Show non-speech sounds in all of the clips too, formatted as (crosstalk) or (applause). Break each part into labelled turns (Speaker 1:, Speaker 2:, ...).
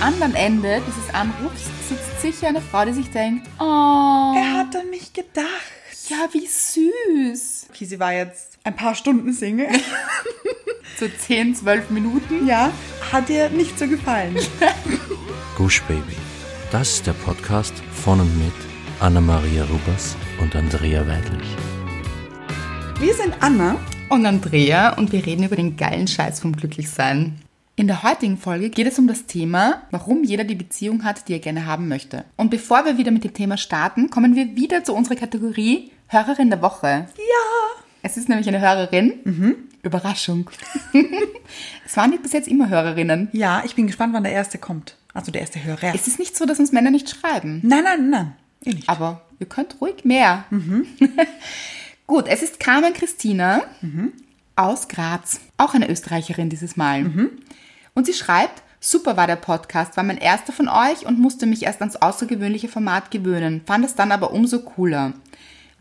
Speaker 1: anderen Ende dieses Anrufs sitzt sicher eine Frau, die sich denkt, oh,
Speaker 2: Er hat an mich gedacht.
Speaker 1: ja, wie süß.
Speaker 2: Okay, sie war jetzt ein paar Stunden Single. (laughs)
Speaker 1: So 10, 12 Minuten.
Speaker 2: ja, hat ihr nicht so
Speaker 1: (laughs)
Speaker 2: gefallen.
Speaker 3: Gush Baby. Das ist der Podcast von und mit Anna-Maria Rubers und Andrea Weidlich.
Speaker 2: Wir sind Anna.
Speaker 1: Und Andrea und wir reden über den geilen Scheiß vom Glücklichsein. In der heutigen Folge geht es um das Thema, warum jeder die Beziehung hat, die er gerne haben möchte. Und bevor wir wieder mit dem Thema starten, kommen wir wieder zu unserer Kategorie Hörerin der Woche.
Speaker 2: Ja. Mhm.
Speaker 1: Es ist nämlich eine Hörerin. Überraschung. (laughs) es waren nicht bis jetzt immer Hörerinnen.
Speaker 2: Ja, ich bin gespannt, wann der erste kommt. Also der erste Hörer.
Speaker 1: Es ist nicht so, dass uns Männer nicht schreiben.
Speaker 2: nein, nein, nein. Ihr nicht.
Speaker 1: Aber ihr könnt ruhig mehr. (laughs) Gut, es ist Carmen Christina aus Graz. Auch eine Österreicherin dieses Mal. Und sie schreibt, super war der Podcast, war mein erster von euch und musste mich erst ans außergewöhnliche Format gewöhnen, fand es dann aber umso cooler.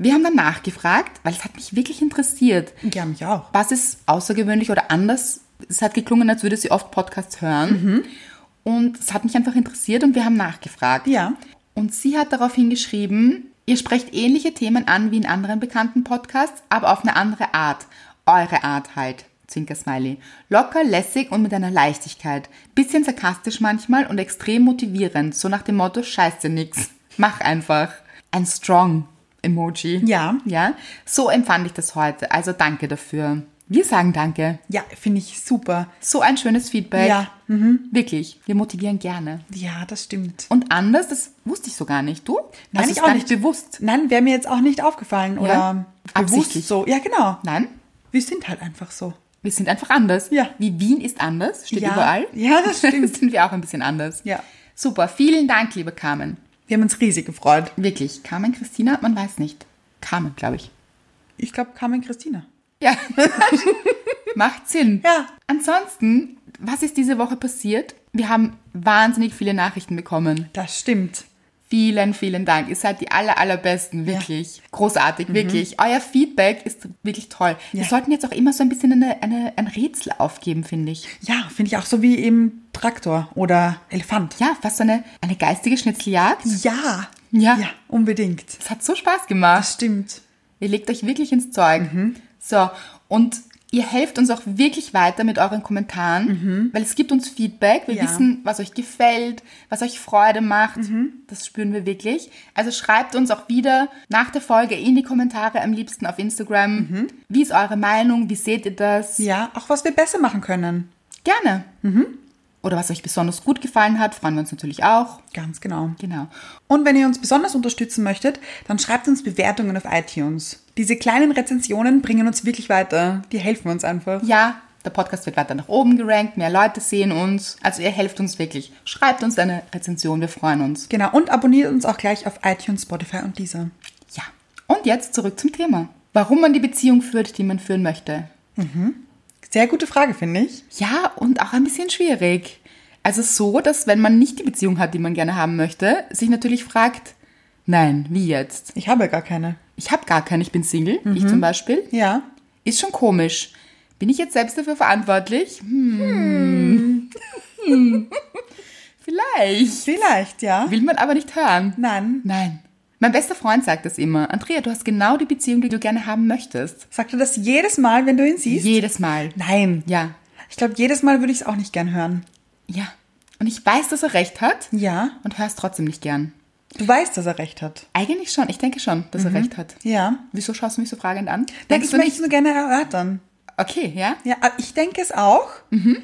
Speaker 1: Wir haben dann nachgefragt, weil es hat mich wirklich interessiert.
Speaker 2: Ja, mich auch.
Speaker 1: was ist außergewöhnlich oder anders? Es hat geklungen, als würde sie oft Podcasts hören. Und es hat mich einfach interessiert und wir haben nachgefragt.
Speaker 2: Ja.
Speaker 1: Und sie hat daraufhin geschrieben, ihr sprecht ähnliche Themen an wie in anderen bekannten Podcasts, aber auf eine andere Art. Eure Art halt. Zwinker-Smiley. Locker, lässig und mit einer Leichtigkeit. Bisschen sarkastisch manchmal und extrem motivierend. So nach dem Motto, scheiß dir nix. Mach einfach. Ein strong Emoji.
Speaker 2: Ja.
Speaker 1: Ja, so empfand ich das heute. Also danke dafür. Wir sagen danke.
Speaker 2: Ja, finde ich super.
Speaker 1: So ein schönes Feedback.
Speaker 2: Ja, mhm.
Speaker 1: Wirklich. Wir motivieren gerne.
Speaker 2: Ja, das stimmt.
Speaker 1: Und anders, das wusste ich so gar nicht. Du?
Speaker 2: Nein,
Speaker 1: das
Speaker 2: ich
Speaker 1: ist
Speaker 2: auch
Speaker 1: gar
Speaker 2: nicht.
Speaker 1: bewusst.
Speaker 2: Nein, wäre mir jetzt auch nicht aufgefallen oder bewusst
Speaker 1: Absichtlich.
Speaker 2: so. Ja, genau.
Speaker 1: Nein,
Speaker 2: Wir sind halt einfach so.
Speaker 1: wir sind einfach anders.
Speaker 2: Ja.
Speaker 1: Wie Wien ist anders, steht
Speaker 2: Ja.
Speaker 1: überall.
Speaker 2: Ja,
Speaker 1: (laughs)
Speaker 2: das stimmt.
Speaker 1: sind wir auch ein bisschen anders.
Speaker 2: Ja.
Speaker 1: Super. Vielen Dank, liebe Carmen.
Speaker 2: Wir haben uns riesig gefreut.
Speaker 1: Wirklich. Carmen, Christina, man weiß nicht. Carmen, glaube ich.
Speaker 2: Ich glaube, Carmen Christina.
Speaker 1: Ja. (laughs) Macht Sinn.
Speaker 2: Ja.
Speaker 1: Ansonsten, was ist diese Woche passiert? Wir haben wahnsinnig viele Nachrichten bekommen.
Speaker 2: Das stimmt.
Speaker 1: Vielen, vielen Dank. Ihr seid die aller, allerbesten, wirklich. Großartig, wirklich. Euer Feedback ist wirklich toll. Wir
Speaker 2: Mhm. Ja.
Speaker 1: sollten jetzt auch immer so ein bisschen eine, eine, ein Rätsel aufgeben, finde ich.
Speaker 2: Ja, finde ich auch so wie eben Traktor oder Elefant.
Speaker 1: Ja, fast so eine, eine geistige Schnitzeljagd.
Speaker 2: Genau. Ja.
Speaker 1: Ja.
Speaker 2: Ja, unbedingt.
Speaker 1: Es hat so Spaß gemacht.
Speaker 2: Das stimmt.
Speaker 1: Ihr legt euch wirklich ins Zeug.
Speaker 2: Mhm.
Speaker 1: So, und ihr helft uns auch wirklich weiter mit euren Kommentaren, weil es gibt uns Feedback. Wir
Speaker 2: Mhm. Ja.
Speaker 1: wissen, was euch gefällt, was euch Freude macht.
Speaker 2: Mhm.
Speaker 1: Das spüren wir wirklich. Also schreibt uns auch wieder nach der Folge in die Kommentare, am liebsten auf Instagram. Wie ist eure Meinung? Wie seht ihr das?
Speaker 2: Mhm. Ja, Mhm. auch was wir besser machen können.
Speaker 1: Gerne. Oder was euch besonders gut gefallen hat, freuen wir uns natürlich auch.
Speaker 2: Ganz genau.
Speaker 1: Genau.
Speaker 2: Und wenn ihr uns besonders unterstützen möchtet, dann schreibt uns Bewertungen auf iTunes. Diese kleinen Rezensionen bringen uns wirklich weiter. Die helfen uns einfach.
Speaker 1: Ja, der Podcast wird weiter nach oben gerankt, mehr Leute sehen uns. Also ihr helft uns wirklich. Schreibt uns eine Rezension, wir freuen uns.
Speaker 2: Genau, und abonniert uns auch gleich auf iTunes, Spotify und Deezer.
Speaker 1: Ja. Und jetzt zurück zum Thema. Warum man die Beziehung führt, die man führen möchte.
Speaker 2: Sehr gute Frage, finde ich.
Speaker 1: Ja, und auch ein bisschen schwierig. Also so, dass wenn man nicht die Beziehung hat, die man gerne haben möchte, sich natürlich fragt, nein, wie jetzt?
Speaker 2: Ich habe ja gar keine.
Speaker 1: Ich habe gar keinen, ich bin Single, ich zum Beispiel.
Speaker 2: Ja.
Speaker 1: Ist schon komisch. Bin ich jetzt selbst dafür verantwortlich? Hm. Hm. (laughs) Vielleicht.
Speaker 2: Vielleicht, ja.
Speaker 1: Will man aber nicht hören.
Speaker 2: Nein.
Speaker 1: Nein. Mein bester Freund sagt das immer. Andrea, du hast genau die Beziehung, die du gerne haben möchtest.
Speaker 2: Sagt er das jedes Mal, wenn du ihn siehst?
Speaker 1: Jedes Mal.
Speaker 2: Nein.
Speaker 1: Ja.
Speaker 2: Ich glaube, jedes Mal würde ich es auch nicht gern hören.
Speaker 1: Ja. Und ich weiß, dass er recht hat
Speaker 2: Ja.
Speaker 1: und höre es trotzdem nicht gern.
Speaker 2: Du weißt, dass er recht hat.
Speaker 1: Eigentlich schon. Ich denke schon, dass er recht hat.
Speaker 2: Ja.
Speaker 1: Wieso schaust du mich so fragend an?
Speaker 2: Mhm. Nein,
Speaker 1: Denkst
Speaker 2: ich
Speaker 1: du
Speaker 2: möchte es nur gerne erörtern.
Speaker 1: Okay, ja.
Speaker 2: Ja, aber ich denke es auch.
Speaker 1: Mhm.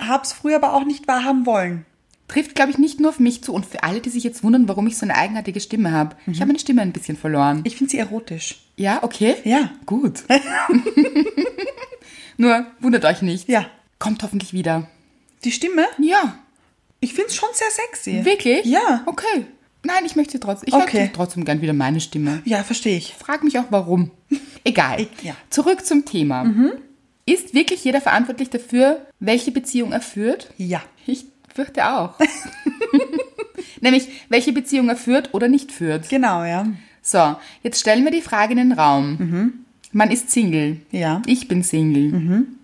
Speaker 2: Hab's früher aber auch nicht wahrhaben wollen.
Speaker 1: Trifft, glaube ich, nicht nur auf mich zu und für alle, die sich jetzt wundern, warum ich so eine eigenartige Stimme habe. Ich habe meine Stimme ein bisschen verloren.
Speaker 2: Ich finde sie erotisch.
Speaker 1: Ja, okay.
Speaker 2: Mhm. Ja. (laughs)
Speaker 1: Gut. (laughs) nur wundert euch nicht.
Speaker 2: Ja.
Speaker 1: Kommt hoffentlich wieder.
Speaker 2: Die Stimme?
Speaker 1: Ja.
Speaker 2: Ich find's schon sehr sexy.
Speaker 1: Wirklich?
Speaker 2: Ja.
Speaker 1: Okay. Nein, ich möchte trotzdem. Ich okay.
Speaker 2: Okay.
Speaker 1: hätte trotzdem gern wieder meine Stimme.
Speaker 2: Ja, verstehe ich.
Speaker 1: Frag mich auch
Speaker 2: (laughs)
Speaker 1: warum. Egal.
Speaker 2: Ich- ja. Mhm.
Speaker 1: Zurück zum Thema. Ist wirklich jeder verantwortlich dafür, welche Beziehung er führt?
Speaker 2: Ja.
Speaker 1: Ich fürchte auch. (laughs) Nämlich, welche Beziehung er führt oder nicht führt.
Speaker 2: Genau, ja.
Speaker 1: So, jetzt stellen wir die Frage in den Raum. Man ist Single.
Speaker 2: Mhm. Ja. Mhm.
Speaker 1: Ich bin Single.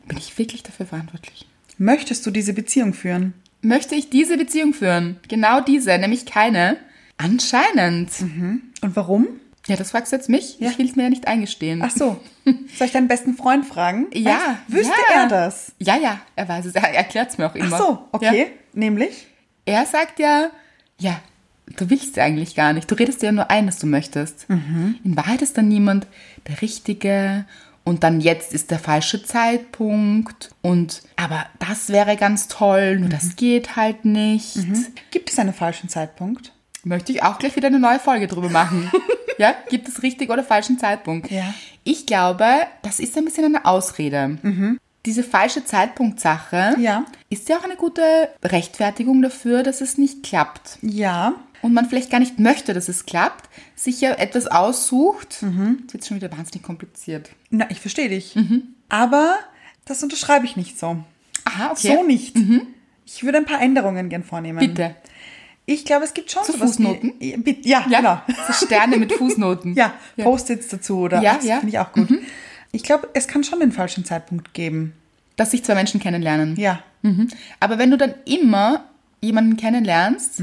Speaker 1: Bin ich wirklich dafür verantwortlich?
Speaker 2: Möchtest du diese Beziehung führen?
Speaker 1: möchte ich diese Beziehung führen. Genau diese, nämlich keine. Anscheinend.
Speaker 2: Und warum?
Speaker 1: Ja, das fragst du jetzt mich. Ich will es mir ja nicht eingestehen.
Speaker 2: Ach
Speaker 1: (laughs)
Speaker 2: so. Soll ich deinen besten Freund fragen?
Speaker 1: ja.
Speaker 2: Weißt, wüsste
Speaker 1: ja.
Speaker 2: er das?
Speaker 1: Ja, ja, er weiß es. Er erklärt es mir auch immer.
Speaker 2: Ach so, okay.
Speaker 1: Ja.
Speaker 2: Nämlich?
Speaker 1: Er sagt ja, ja, du willst ja eigentlich gar nicht. Du redest dir ja nur ein, dass du möchtest.
Speaker 2: Mhm.
Speaker 1: In Wahrheit ist dann niemand der Richtige. Und dann jetzt ist der falsche Zeitpunkt. Und aber das wäre ganz toll, nur
Speaker 2: Mhm.
Speaker 1: das geht halt nicht.
Speaker 2: Gibt es einen falschen Zeitpunkt?
Speaker 1: Möchte ich auch gleich wieder eine neue Folge drüber
Speaker 2: (laughs)
Speaker 1: machen. ja, gibt es richtig oder falschen Zeitpunkt?
Speaker 2: Ja.
Speaker 1: Ich glaube, das ist ein bisschen eine Ausrede. Diese falsche Zeitpunktsache
Speaker 2: Mhm. Ja.
Speaker 1: ist ja auch eine gute Rechtfertigung dafür, dass es nicht klappt.
Speaker 2: Ja.
Speaker 1: Und man vielleicht gar nicht möchte, dass es klappt, sich ja etwas aussucht.
Speaker 2: Mhm.
Speaker 1: Jetzt wird schon wieder wahnsinnig kompliziert.
Speaker 2: Na, ich verstehe dich.
Speaker 1: Mhm.
Speaker 2: Aber das unterschreibe ich nicht so.
Speaker 1: Aha,
Speaker 2: So nicht. Ich würde ein paar Änderungen gern vornehmen.
Speaker 1: Mhm. Bitte.
Speaker 2: Ich glaube, es gibt schon
Speaker 1: So
Speaker 2: sowas wie-
Speaker 1: Fußnoten?
Speaker 2: Ja, bitte- ja,
Speaker 1: Ja,
Speaker 2: genau.
Speaker 1: so Sterne mit Fußnoten.
Speaker 2: (laughs) Ja, Post-its dazu oder
Speaker 1: Ja,
Speaker 2: das
Speaker 1: ja. Mhm.
Speaker 2: finde ich auch gut. Ich glaube, es kann schon den falschen Zeitpunkt geben.
Speaker 1: Dass sich zwei Menschen kennenlernen.
Speaker 2: Ja.
Speaker 1: Mhm. Aber wenn du dann immer jemanden kennenlernst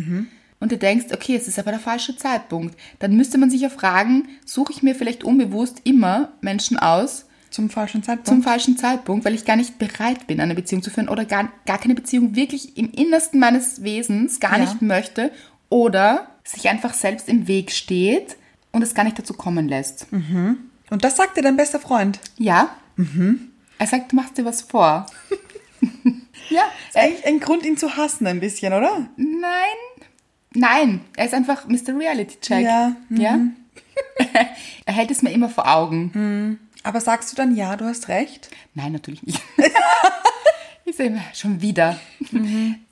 Speaker 1: und dir denkst, okay, es ist aber der falsche Zeitpunkt, dann müsste man sich ja fragen, suche ich mir vielleicht unbewusst immer Menschen aus
Speaker 2: Zum falschen Zeitpunkt.
Speaker 1: zum falschen Zeitpunkt, weil ich gar nicht bereit bin, eine Beziehung zu führen oder gar, gar keine Beziehung wirklich im Innersten meines Wesens gar
Speaker 2: Ja.
Speaker 1: nicht möchte oder sich einfach selbst im Weg steht und es gar nicht dazu kommen lässt.
Speaker 2: Und das sagt dir dein bester Freund.
Speaker 1: Ja? Er sagt, du machst dir was vor. ja,
Speaker 2: Ist eigentlich ein Grund, ihn zu hassen ein bisschen, oder?
Speaker 1: Nein. Nein, er ist einfach Mr. Reality Check.
Speaker 2: Ja,
Speaker 1: ja? (laughs) er hält es mir immer vor Augen.
Speaker 2: Aber sagst du dann, ja, du hast recht?
Speaker 1: Nein, natürlich nicht. ich sehe immer schon wieder.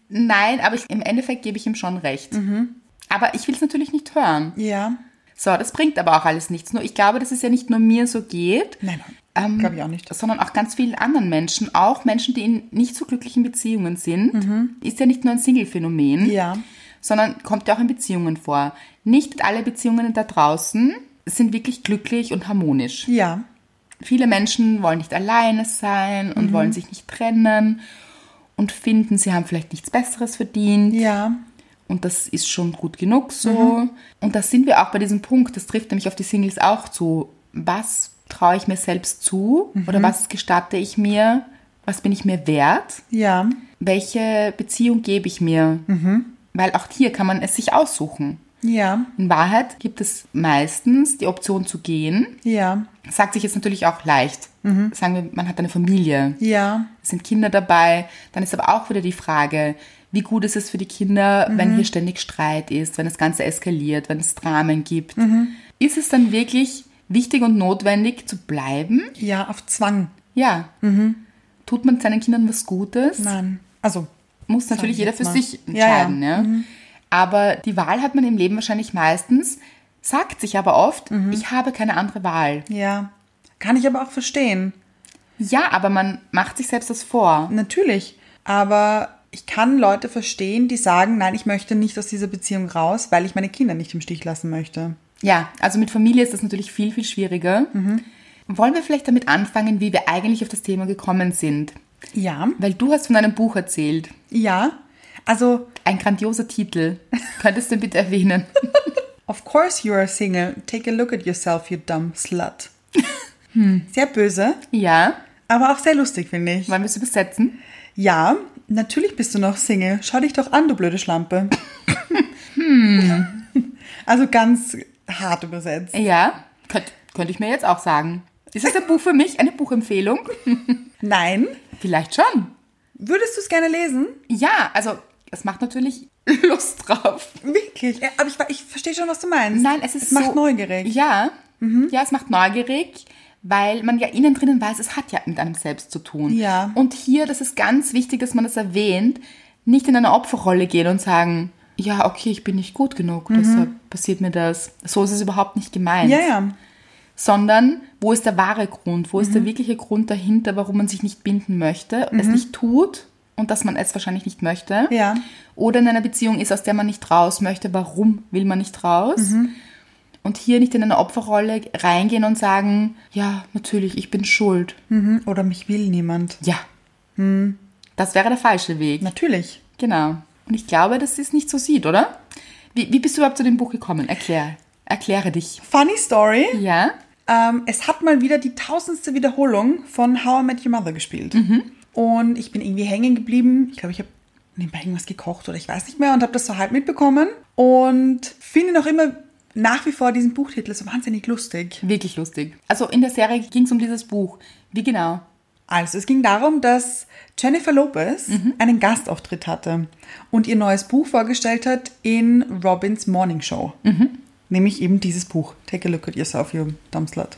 Speaker 1: Nein, aber ich, im Endeffekt gebe ich ihm schon recht. Aber ich will es natürlich nicht hören.
Speaker 2: Ja.
Speaker 1: So, das bringt aber auch alles nichts. Nur ich glaube, dass es ja nicht nur mir so geht,
Speaker 2: Nein,
Speaker 1: Ähm,
Speaker 2: glaube ich auch nicht.
Speaker 1: sondern auch ganz vielen anderen Menschen, auch Menschen, die in nicht so glücklichen Beziehungen sind, ist ja nicht nur ein Single-Phänomen,
Speaker 2: Mhm. Ja.
Speaker 1: sondern kommt ja auch in Beziehungen vor. Nicht alle Beziehungen da draußen sind wirklich glücklich und harmonisch.
Speaker 2: Ja.
Speaker 1: Viele Menschen wollen nicht alleine sein
Speaker 2: Mhm.
Speaker 1: und wollen sich nicht trennen und finden, sie haben vielleicht nichts Besseres verdient.
Speaker 2: Ja.
Speaker 1: Und das ist schon gut genug so. Und da sind wir auch bei diesem Punkt, das trifft nämlich auf die Singles auch zu. Was traue ich mir selbst zu oder was gestatte ich mir? Was bin ich mir wert?
Speaker 2: Ja.
Speaker 1: Welche Beziehung gebe ich mir? Weil auch hier kann man es sich aussuchen.
Speaker 2: Ja.
Speaker 1: In Wahrheit gibt es meistens die Option zu gehen.
Speaker 2: Ja.
Speaker 1: Das sagt sich jetzt natürlich auch leicht. Sagen wir, man hat eine Familie
Speaker 2: Ja.
Speaker 1: es sind Kinder dabei. Dann ist aber auch wieder die Frage, wie gut ist es für die Kinder,
Speaker 2: Mhm.
Speaker 1: wenn hier ständig Streit ist, wenn das Ganze eskaliert, wenn es Dramen gibt.
Speaker 2: Mhm.
Speaker 1: Ist es dann wirklich wichtig und notwendig zu bleiben?
Speaker 2: Ja, auf Zwang.
Speaker 1: Ja. Tut man seinen Kindern was Gutes?
Speaker 2: Mhm. Nein. Also,
Speaker 1: Muss natürlich
Speaker 2: ich
Speaker 1: jeder
Speaker 2: jetzt
Speaker 1: für
Speaker 2: mal.
Speaker 1: sich
Speaker 2: Ja, Mhm. ja.
Speaker 1: entscheiden. Ja, Aber die Wahl hat man im Leben wahrscheinlich meistens, sagt sich aber oft,
Speaker 2: Mhm.
Speaker 1: ich habe keine andere Wahl.
Speaker 2: ja. Kann ich aber auch verstehen.
Speaker 1: Ja, aber man macht sich selbst das vor.
Speaker 2: Natürlich. Aber ich kann Leute verstehen, die sagen, nein, ich möchte nicht aus dieser Beziehung raus, weil ich meine Kinder nicht im Stich lassen möchte.
Speaker 1: Ja, also mit Familie ist das natürlich viel, viel schwieriger. Wollen wir vielleicht damit anfangen, wie wir eigentlich auf das Thema gekommen sind?
Speaker 2: Ja.
Speaker 1: Weil du hast von einem Buch erzählt.
Speaker 2: Ja. Also,
Speaker 1: Ein grandioser Titel. Könntest du ihn bitte erwähnen?
Speaker 2: of course you are single. Take a look at yourself, you dumb slut. (laughs) Hm. Sehr böse,
Speaker 1: Ja,
Speaker 2: aber auch sehr lustig, finde ich.
Speaker 1: wollen wir es übersetzen?
Speaker 2: Ja, natürlich bist du noch Single. Schau dich doch an, du blöde Schlampe. (laughs) Also ganz hart übersetzt.
Speaker 1: Ja, könnt, könnte ich mir jetzt auch sagen. Ist das ein Buch für mich? Eine Buchempfehlung?
Speaker 2: Nein.
Speaker 1: Vielleicht schon.
Speaker 2: Würdest du es gerne lesen?
Speaker 1: Ja, also es macht natürlich (laughs) Lust drauf.
Speaker 2: Wirklich? Ja, Aber ich, ich verstehe schon, was du meinst.
Speaker 1: Nein, es ist
Speaker 2: es macht
Speaker 1: so,
Speaker 2: neugierig.
Speaker 1: Ja, Mhm. ja, es macht neugierig, weil man ja innen drinnen weiß, es hat ja mit einem selbst zu tun.
Speaker 2: Ja.
Speaker 1: Und hier, das ist ganz wichtig, dass man das erwähnt, nicht in eine Opferrolle gehen und sagen, ja, okay, ich bin nicht gut genug, deshalb passiert mir das. So ist es überhaupt nicht gemeint.
Speaker 2: Mhm. Ja, ja.
Speaker 1: Sondern, wo ist der wahre Grund? Wo ist
Speaker 2: Mhm.
Speaker 1: der wirkliche Grund dahinter, warum man sich nicht binden möchte, es nicht tut und dass man es wahrscheinlich nicht möchte?
Speaker 2: Ja.
Speaker 1: Oder in einer Beziehung ist, aus der man nicht raus möchte, warum will man nicht raus?
Speaker 2: Mhm.
Speaker 1: Und hier nicht in eine Opferrolle reingehen und sagen, ja, natürlich, ich bin schuld.
Speaker 2: Mhm. Oder mich will niemand.
Speaker 1: Ja. Das wäre der falsche Weg.
Speaker 2: Natürlich.
Speaker 1: Genau. Und ich glaube, dass sie es nicht so sieht, oder? Wie, wie bist du überhaupt zu dem Buch gekommen? Erklär. Erkläre dich.
Speaker 2: Funny Story.
Speaker 1: Ja?
Speaker 2: Ähm, es hat mal wieder die tausendste Wiederholung von How I Met Your Mother gespielt.
Speaker 1: Mhm.
Speaker 2: Und ich bin irgendwie hängen geblieben. Ich glaube, ich habe nebenbei irgendwas gekocht oder ich weiß nicht mehr und habe das so halb mitbekommen. Und finde noch immer nach wie vor diesen Buchtitel so wahnsinnig lustig.
Speaker 1: Wirklich lustig. Also in der Serie ging es um dieses Buch. Wie genau?
Speaker 2: Also es ging darum, dass Jennifer Lopez einen Gastauftritt hatte und ihr neues Buch vorgestellt hat in Robins Morning Show. Nämlich eben dieses Buch, Take a Look at Yourself, You Dumb Slut.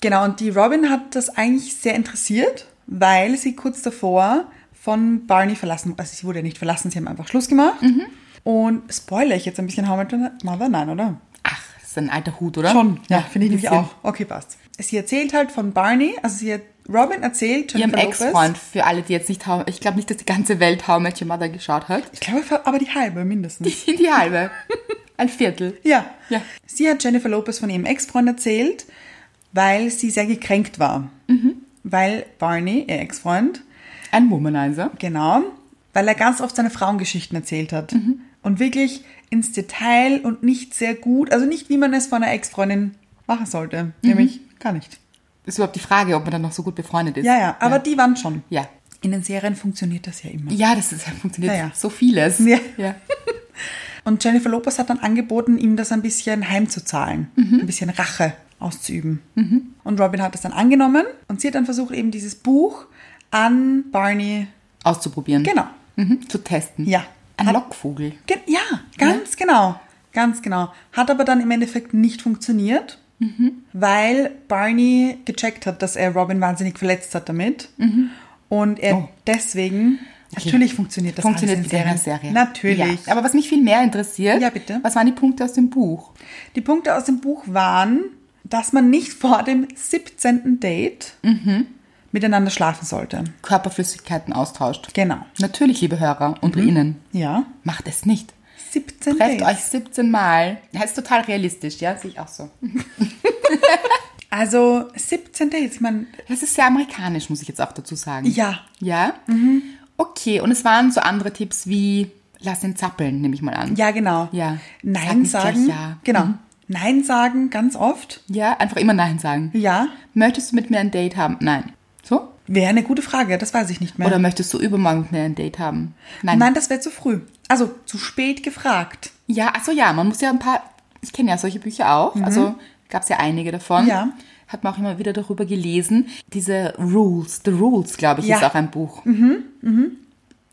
Speaker 2: genau, und die Robin hat das eigentlich sehr interessiert, weil sie kurz davor von Barney verlassen, also sie wurde ja nicht verlassen, sie haben einfach Schluss gemacht. Und spoilere ich jetzt ein bisschen How I Met Your Mother? Nein, oder?
Speaker 1: Ach, das ist ein alter Hut, oder?
Speaker 2: Schon, Ah, ja, finde ich nämlich
Speaker 1: bisschen.
Speaker 2: auch. Okay, passt. Sie erzählt halt von Barney, also sie hat, Robin erzählt
Speaker 1: Ihrem
Speaker 2: Jennifer Lopez-
Speaker 1: Ex-Freund, für alle, die jetzt nicht, How- ich glaube nicht, dass die ganze Welt How I Met Your Mother geschaut hat. (laughs)
Speaker 2: Ich glaube, aber die halbe mindestens.
Speaker 1: Die halbe. Ein Viertel.
Speaker 2: Ja.
Speaker 1: Ja.
Speaker 2: Sie hat Jennifer Lopez von ihrem Ex-Freund erzählt, weil sie sehr gekränkt war.
Speaker 1: Mhm.
Speaker 2: Weil Barney, ihr Ex-Freund,
Speaker 1: Ein Womanizer.
Speaker 2: genau, weil er ganz oft seine Frauengeschichten erzählt hat.
Speaker 1: Mhm.
Speaker 2: Und wirklich ins Detail und nicht sehr gut, also nicht wie man es von einer Ex-Freundin machen sollte. Nämlich
Speaker 1: Mhm.
Speaker 2: gar nicht.
Speaker 1: Ist überhaupt die Frage, ob man dann noch so gut befreundet ist.
Speaker 2: Ja, ja, aber die waren schon.
Speaker 1: Ja.
Speaker 2: In den Serien funktioniert das ja immer.
Speaker 1: Ja, das ist, (laughs) funktioniert
Speaker 2: Ja, ja.
Speaker 1: so vieles.
Speaker 2: Ja.
Speaker 1: ja.
Speaker 2: Und Jennifer Lopez hat dann angeboten, ihm das ein bisschen heimzuzahlen,
Speaker 1: Mhm.
Speaker 2: ein bisschen Rache auszuüben. Und Robin hat das dann angenommen und sie hat dann versucht, eben dieses Buch an Barney,
Speaker 1: Auszuprobieren.
Speaker 2: genau,
Speaker 1: Mhm. Zu testen.
Speaker 2: ja,
Speaker 1: Ein
Speaker 2: Hat-
Speaker 1: Lockvogel.
Speaker 2: Ge ja, ganz genau, ganz genau. Hat aber dann im Endeffekt nicht funktioniert,
Speaker 1: Mhm.
Speaker 2: weil Barney gecheckt hat, dass er Robin wahnsinnig verletzt hat damit.
Speaker 1: Mhm.
Speaker 2: Und er deswegen, natürlich funktioniert das
Speaker 1: Oh. Funktioniert
Speaker 2: alles
Speaker 1: in der Serie.
Speaker 2: Natürlich.
Speaker 1: Ja. Aber was mich viel mehr interessiert,
Speaker 2: Ja, bitte.
Speaker 1: was waren die Punkte aus dem Buch?
Speaker 2: Die Punkte aus dem Buch waren, dass man nicht (laughs) vor dem 17. Date miteinander schlafen sollte.
Speaker 1: Körperflüssigkeiten austauscht.
Speaker 2: Genau.
Speaker 1: Natürlich, liebe Hörer und Ihnen,
Speaker 2: Ja.
Speaker 1: macht es nicht.
Speaker 2: 17
Speaker 1: Trefft
Speaker 2: Dates.
Speaker 1: euch 17 Mal. Das ist total realistisch, ja? Sehe ich auch so.
Speaker 2: Also 17 Dates. Ich meine,
Speaker 1: Das ist sehr amerikanisch, muss ich jetzt auch dazu sagen.
Speaker 2: ja.
Speaker 1: Ja? Mhm. Okay, und es waren so andere Tipps wie, lass ihn zappeln, nehme ich mal an.
Speaker 2: Ja, genau.
Speaker 1: Ja. Sag
Speaker 2: Nein
Speaker 1: nicht gleich
Speaker 2: sagen.
Speaker 1: ja. Mhm.
Speaker 2: Genau. Nein sagen ganz oft.
Speaker 1: Ja, einfach immer Nein sagen.
Speaker 2: Ja.
Speaker 1: Möchtest du mit mir ein Date haben? Nein. So?
Speaker 2: Wäre eine gute Frage, das weiß ich nicht mehr.
Speaker 1: Oder möchtest du übermorgen mit mir ein Date haben? Nein.
Speaker 2: Nein, das wäre zu früh. Also zu spät gefragt.
Speaker 1: Ja, also ja, man muss ja ein paar, ich kenne ja solche Bücher auch, also gab es ja einige davon.
Speaker 2: Mhm. Ja.
Speaker 1: Hat man auch immer wieder darüber gelesen. Diese Rules, The Rules, glaube ich,
Speaker 2: Ja. Mhm,
Speaker 1: ist auch ein Buch.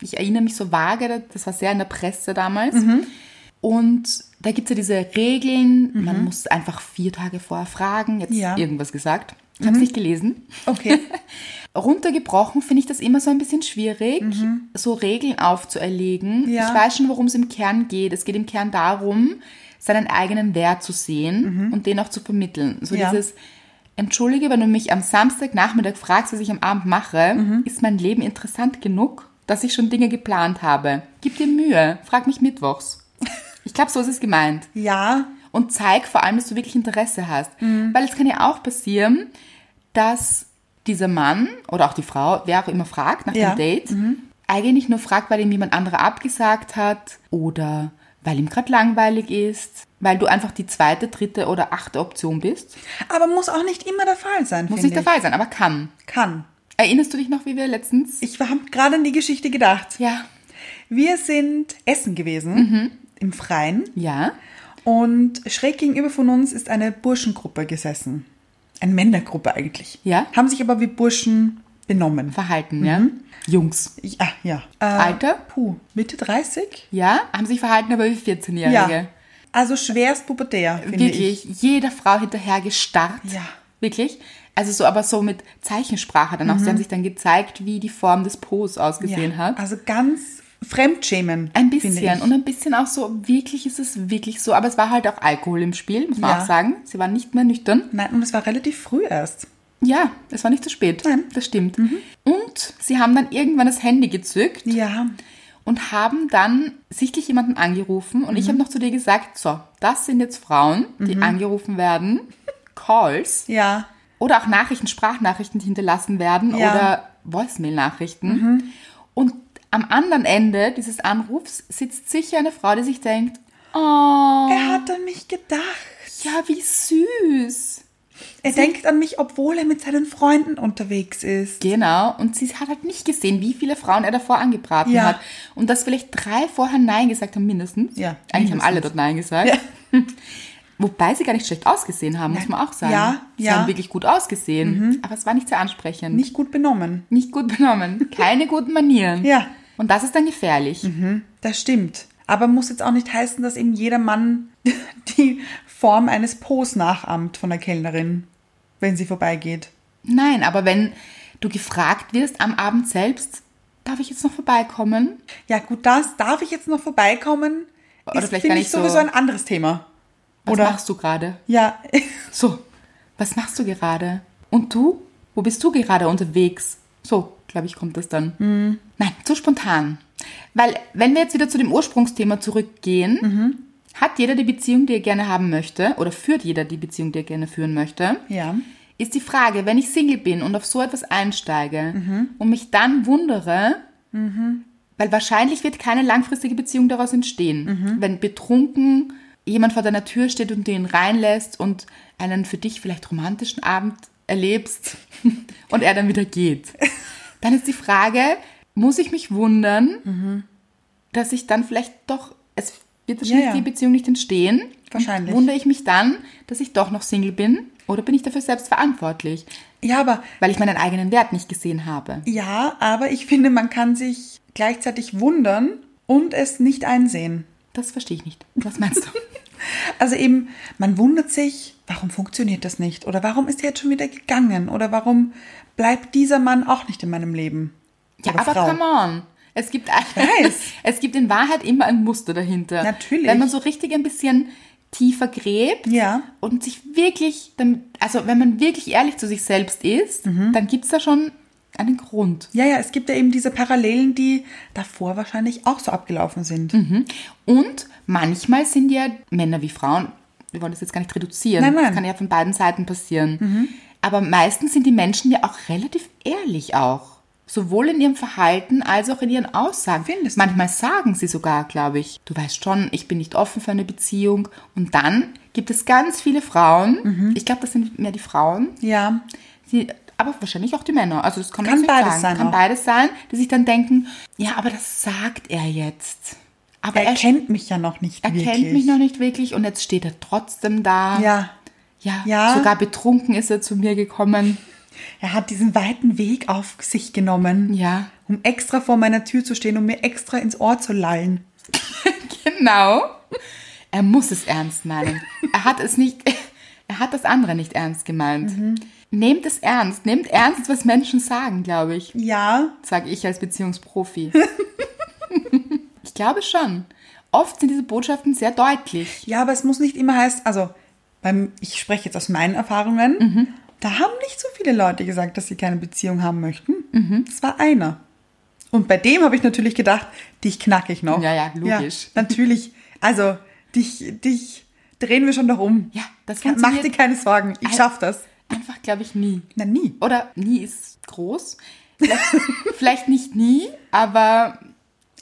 Speaker 1: Ich erinnere mich so vage, das war sehr in der Presse damals.
Speaker 2: Mhm.
Speaker 1: Und da gibt es ja diese Regeln, man muss einfach vier Tage vorher fragen, jetzt
Speaker 2: Mhm. Ja. Mhm.
Speaker 1: irgendwas gesagt. Ich habe es nicht gelesen.
Speaker 2: Okay.
Speaker 1: (laughs) Runtergebrochen finde ich das immer so ein bisschen schwierig, so Regeln aufzuerlegen.
Speaker 2: Mhm. Ja.
Speaker 1: Ich weiß schon, worum es im Kern geht. Es geht im Kern darum, seinen eigenen Wert zu sehen und den auch zu vermitteln. So
Speaker 2: Mhm. Ja.
Speaker 1: dieses, entschuldige, wenn du mich am Samstagnachmittag fragst, was ich am Abend mache,
Speaker 2: Mhm.
Speaker 1: ist mein Leben interessant genug, dass ich schon Dinge geplant habe. Gib dir Mühe, frag mich mittwochs. Ich glaube, so ist es gemeint
Speaker 2: ja.
Speaker 1: und zeig vor allem, dass du wirklich Interesse hast.
Speaker 2: Mhm.
Speaker 1: Weil es kann ja auch passieren, dass dieser Mann oder auch die Frau, wer auch immer fragt nach
Speaker 2: Ja. Mhm.
Speaker 1: dem Date, eigentlich nur fragt, weil ihm jemand anderer abgesagt hat oder weil ihm gerade langweilig ist, weil du einfach die zweite, dritte oder achte Option bist.
Speaker 2: Aber muss auch nicht immer der Fall sein.
Speaker 1: Muss
Speaker 2: find
Speaker 1: nicht der Fall sein, aber kann.
Speaker 2: ich. Kann.
Speaker 1: Erinnerst du dich noch, wie wir letztens?
Speaker 2: Ich habe gerade an die Geschichte gedacht.
Speaker 1: Ja.
Speaker 2: Wir sind essen gewesen
Speaker 1: Mhm.
Speaker 2: im Freien
Speaker 1: Ja.
Speaker 2: und schräg gegenüber von uns ist eine Burschengruppe gesessen. Eine Männergruppe eigentlich.
Speaker 1: Ja.
Speaker 2: Haben sich aber wie Burschen benommen.
Speaker 1: Verhalten, ja. Jungs.
Speaker 2: Ja, ja. Mhm. Äh,
Speaker 1: Alter?
Speaker 2: Puh, Mitte 30?
Speaker 1: Ja, haben sich verhalten, aber wie 14-Jährige.
Speaker 2: Also schwerst pubertär, finde
Speaker 1: Wirklich, jeder Frau hinterher gestarrt.
Speaker 2: Ja.
Speaker 1: Wirklich. Also so, aber so mit Zeichensprache dann auch. Sie haben sich dann gezeigt, wie die Form des Po's
Speaker 2: ich.
Speaker 1: ausgesehen
Speaker 2: Mhm. ja.
Speaker 1: hat.
Speaker 2: Also ganz fremdschämen.
Speaker 1: Ein
Speaker 2: finde ich.
Speaker 1: bisschen. Und ein bisschen auch so, wirklich ist es wirklich so. Aber es war halt auch Alkohol im Spiel, muss man
Speaker 2: Ja.
Speaker 1: auch sagen. Sie waren nicht mehr nüchtern.
Speaker 2: Nein, und es war relativ früh erst.
Speaker 1: Ja, es war nicht zu spät.
Speaker 2: Nein. Mhm.
Speaker 1: Das stimmt. Und sie haben dann irgendwann das Handy gezückt
Speaker 2: Ja.
Speaker 1: und haben dann sichtlich jemanden angerufen.
Speaker 2: Mhm.
Speaker 1: Und ich habe noch zu dir gesagt, so, das sind jetzt Frauen, die angerufen werden. Calls.
Speaker 2: Ja.
Speaker 1: Oder auch Nachrichten, Sprachnachrichten, die hinterlassen werden
Speaker 2: Ja. Mhm.
Speaker 1: oder Voicemail-Nachrichten. Und am anderen Ende dieses Anrufs sitzt sicher eine Frau, die sich denkt, oh,
Speaker 2: Er hat an mich gedacht.
Speaker 1: ja, wie süß.
Speaker 2: Er denkt an mich, obwohl er mit seinen Freunden unterwegs ist.
Speaker 1: Genau, und sie hat halt nicht gesehen, wie viele Frauen er davor angebraten
Speaker 2: Ja.
Speaker 1: hat. Und dass vielleicht drei vorher Nein gesagt haben, mindestens.
Speaker 2: Ja,
Speaker 1: Eigentlich haben alle
Speaker 2: mindestens.
Speaker 1: dort Nein gesagt. (laughs) Wobei sie gar nicht schlecht ausgesehen haben, muss man auch sagen.
Speaker 2: Ja,
Speaker 1: sie
Speaker 2: ja. Mhm.
Speaker 1: haben wirklich gut ausgesehen, aber es war nicht sehr ansprechend.
Speaker 2: Nicht gut benommen.
Speaker 1: Nicht gut benommen. Keine guten Manieren.
Speaker 2: Ja. Mhm.
Speaker 1: Und das ist dann gefährlich.
Speaker 2: Das stimmt. Aber muss jetzt auch nicht heißen, dass eben jeder Mann (laughs) die Form eines Po's nachahmt von der Kellnerin, wenn sie vorbeigeht.
Speaker 1: Nein, aber wenn du gefragt wirst am Abend selbst, darf ich jetzt noch vorbeikommen?
Speaker 2: Ja, gut, das darf ich jetzt noch vorbeikommen.
Speaker 1: Oder
Speaker 2: ist,
Speaker 1: vielleicht
Speaker 2: finde
Speaker 1: gar
Speaker 2: ich
Speaker 1: nicht so-
Speaker 2: sowieso ein anderes Thema.
Speaker 1: Was
Speaker 2: Oder-
Speaker 1: machst du gerade?
Speaker 2: Ja, (laughs)
Speaker 1: So, was machst du gerade? Und du? Wo bist du gerade unterwegs? So, glaube ich, kommt das dann.
Speaker 2: Mhm.
Speaker 1: Nein, zu spontan. Weil, wenn wir jetzt wieder zu dem Ursprungsthema zurückgehen,
Speaker 2: Mhm.
Speaker 1: hat jeder die Beziehung, die er gerne haben möchte, oder führt jeder die Beziehung, die er gerne führen möchte,
Speaker 2: ja.
Speaker 1: ist die Frage, wenn ich Single bin und auf so etwas einsteige und mich dann wundere, weil wahrscheinlich wird keine langfristige Beziehung daraus entstehen, wenn betrunken jemand vor deiner Tür steht und den reinlässt und einen für dich vielleicht romantischen Abend erlebst (laughs) und er dann wieder geht. Dann ist die Frage, muss ich mich wundern, dass ich dann vielleicht doch, es wird wahrscheinlich
Speaker 2: Mhm. ja.
Speaker 1: die Beziehung nicht entstehen.
Speaker 2: Wahrscheinlich.
Speaker 1: Wundere ich mich dann, dass ich doch noch Single bin oder bin ich dafür selbst verantwortlich,
Speaker 2: Ja, aber
Speaker 1: weil ich meinen eigenen Wert nicht gesehen habe?
Speaker 2: ja, aber ich finde, man kann sich gleichzeitig wundern und es nicht einsehen.
Speaker 1: Das verstehe ich nicht. Was meinst
Speaker 2: (laughs)
Speaker 1: du?
Speaker 2: Also eben, man wundert sich, warum funktioniert das nicht? Oder warum ist er jetzt schon wieder gegangen? Oder warum bleibt dieser Mann auch nicht in meinem Leben?
Speaker 1: Ja,
Speaker 2: Oder
Speaker 1: aber
Speaker 2: Frau.
Speaker 1: come on. Es gibt,
Speaker 2: weiß.
Speaker 1: (laughs) es gibt in Wahrheit immer ein Muster dahinter.
Speaker 2: Natürlich.
Speaker 1: Wenn man so richtig ein bisschen tiefer gräbt
Speaker 2: Ja.
Speaker 1: und sich wirklich, damit, also wenn man wirklich ehrlich zu sich selbst ist,
Speaker 2: Mhm.
Speaker 1: dann gibt es da schon einen Grund.
Speaker 2: Ja, ja, es gibt ja eben diese Parallelen, die davor wahrscheinlich auch so abgelaufen sind.
Speaker 1: Mhm. Und manchmal sind ja Männer wie Frauen, wir wollen das jetzt gar nicht reduzieren,
Speaker 2: Nein, Mhm. nein.
Speaker 1: das kann ja von beiden Seiten passieren. Aber meistens sind die Menschen ja auch relativ ehrlich auch. Sowohl in ihrem Verhalten als auch in ihren Aussagen.
Speaker 2: Findest du?
Speaker 1: manchmal sagen sie sogar, glaube ich, du weißt schon, ich bin nicht offen für eine Beziehung. Und dann gibt es ganz viele Frauen,
Speaker 2: Mhm.
Speaker 1: ich glaube, das sind mehr die Frauen,
Speaker 2: Ja,
Speaker 1: die, aber wahrscheinlich auch die Männer. Also das kann,
Speaker 2: Kann
Speaker 1: man jetzt nicht
Speaker 2: beides
Speaker 1: sagen.
Speaker 2: sein
Speaker 1: Kann
Speaker 2: auch.
Speaker 1: beides sein, die sich dann denken, ja, aber das sagt er jetzt. Aber
Speaker 2: er,
Speaker 1: er,
Speaker 2: kennt mich ja noch nicht
Speaker 1: er
Speaker 2: wirklich.
Speaker 1: kennt mich noch nicht wirklich und jetzt steht er trotzdem da.
Speaker 2: Ja,
Speaker 1: Ja,
Speaker 2: Ja.
Speaker 1: sogar betrunken ist er zu mir gekommen.
Speaker 2: er hat diesen weiten Weg auf sich genommen,
Speaker 1: Ja,
Speaker 2: um extra vor meiner Tür zu stehen, um mir extra ins Ohr zu lallen.
Speaker 1: genau. Er muss es ernst meinen. Er hat es nicht, (laughs) er hat das andere nicht ernst gemeint.
Speaker 2: Mhm.
Speaker 1: Nehmt es ernst, nehmt ernst, was Menschen sagen, glaube ich.
Speaker 2: Ja,
Speaker 1: Sage ich als
Speaker 2: (laughs)
Speaker 1: Beziehungsprofi. ich glaube schon. Oft sind diese Botschaften sehr deutlich.
Speaker 2: ja, aber es muss nicht immer heißen, also beim, ich spreche jetzt aus meinen Erfahrungen,
Speaker 1: Mhm.
Speaker 2: da haben nicht so viele Leute gesagt, dass sie keine Beziehung haben möchten.
Speaker 1: Mhm.
Speaker 2: Es war einer. Und bei dem habe ich natürlich gedacht, dich knacke ich noch.
Speaker 1: Ja, ja, logisch.
Speaker 2: natürlich. Also, dich, dich drehen wir schon noch um.
Speaker 1: Ja, das
Speaker 2: Kann- Mach
Speaker 1: funktioniert-
Speaker 2: dir keine Sorgen, ich
Speaker 1: Ein-
Speaker 2: schaff das.
Speaker 1: Einfach, glaube ich, nie.
Speaker 2: Na, nie.
Speaker 1: Oder nie ist groß.
Speaker 2: (laughs)
Speaker 1: Vielleicht, vielleicht nicht nie, aber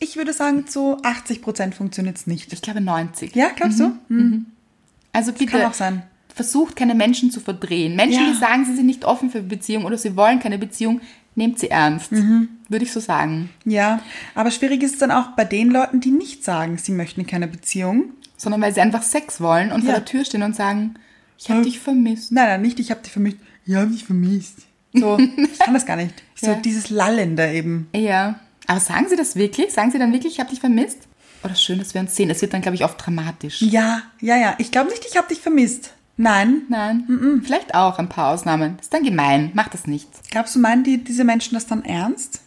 Speaker 2: Ich würde sagen, zu 80 Prozent funktioniert es nicht.
Speaker 1: ich glaube 90.
Speaker 2: Ja, glaubst
Speaker 1: Mhm.
Speaker 2: du? Hm,
Speaker 1: Also bitte
Speaker 2: Kann auch sein.
Speaker 1: versucht keine Menschen zu verdrehen. Menschen,
Speaker 2: Ja.
Speaker 1: die sagen, sie sind nicht offen für Beziehung oder sie wollen keine Beziehung, nehmt sie ernst.
Speaker 2: Mhm.
Speaker 1: Würde ich so sagen.
Speaker 2: Ja, aber schwierig ist es dann auch bei den Leuten, die nicht sagen, sie möchten keine Beziehung.
Speaker 1: Sondern weil sie einfach Sex wollen und vor
Speaker 2: Ja.
Speaker 1: der Tür stehen und sagen, ich habe
Speaker 2: Ja.
Speaker 1: dich vermisst.
Speaker 2: Nein, nein, nicht, ich habe dich vermisst. Ich habe dich vermisst. So, ich kann das gar nicht. So
Speaker 1: Ja.
Speaker 2: dieses Lallende eben.
Speaker 1: Ja. Aber sagen sie das wirklich? Sagen sie dann wirklich, ich habe dich vermisst? Oder schön, dass wir uns sehen. Es wird dann, glaube ich, oft dramatisch.
Speaker 2: Ja, ja, ja. Ich glaube nicht, ich habe dich vermisst. Nein.
Speaker 1: Nein. Vielleicht auch ein paar Ausnahmen. Ist dann gemein. Macht das nicht.
Speaker 2: Glaubst du, meinen die, diese Menschen das dann ernst?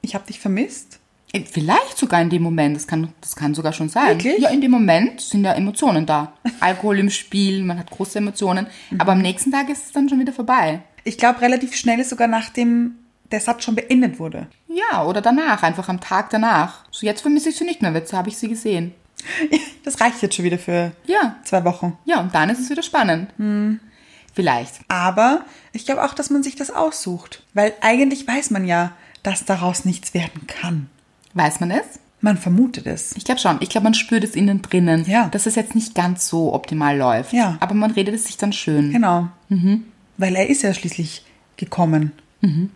Speaker 2: Ich habe dich vermisst?
Speaker 1: Äh, Vielleicht sogar in dem Moment, das kann, das kann sogar schon sein.
Speaker 2: Wirklich?
Speaker 1: Ja, in dem Moment sind ja Emotionen da. Alkohol im Spiel, man hat große Emotionen.
Speaker 2: Mhm.
Speaker 1: Aber am nächsten Tag ist es dann schon wieder vorbei.
Speaker 2: Ich glaube, relativ schnell ist sogar nachdem der Satz schon beendet wurde.
Speaker 1: Ja, oder danach, einfach am Tag danach. So, jetzt vermisse ich sie nicht mehr, weil jetzt habe ich sie gesehen.
Speaker 2: Das reicht jetzt schon wieder für
Speaker 1: Ja,
Speaker 2: zwei Wochen.
Speaker 1: ja, und dann ist es wieder spannend.
Speaker 2: Hm.
Speaker 1: Vielleicht.
Speaker 2: Aber ich glaube auch, dass man sich das aussucht. Weil eigentlich weiß man ja, dass daraus nichts werden kann.
Speaker 1: Weiß man es?
Speaker 2: Man vermutet es.
Speaker 1: Ich glaube schon. Ich glaube, man spürt es innen drinnen,
Speaker 2: Ja.
Speaker 1: dass es jetzt nicht ganz so optimal läuft.
Speaker 2: Ja.
Speaker 1: Aber man redet es sich dann schön.
Speaker 2: Genau.
Speaker 1: Mhm.
Speaker 2: Weil er ist ja schließlich gekommen.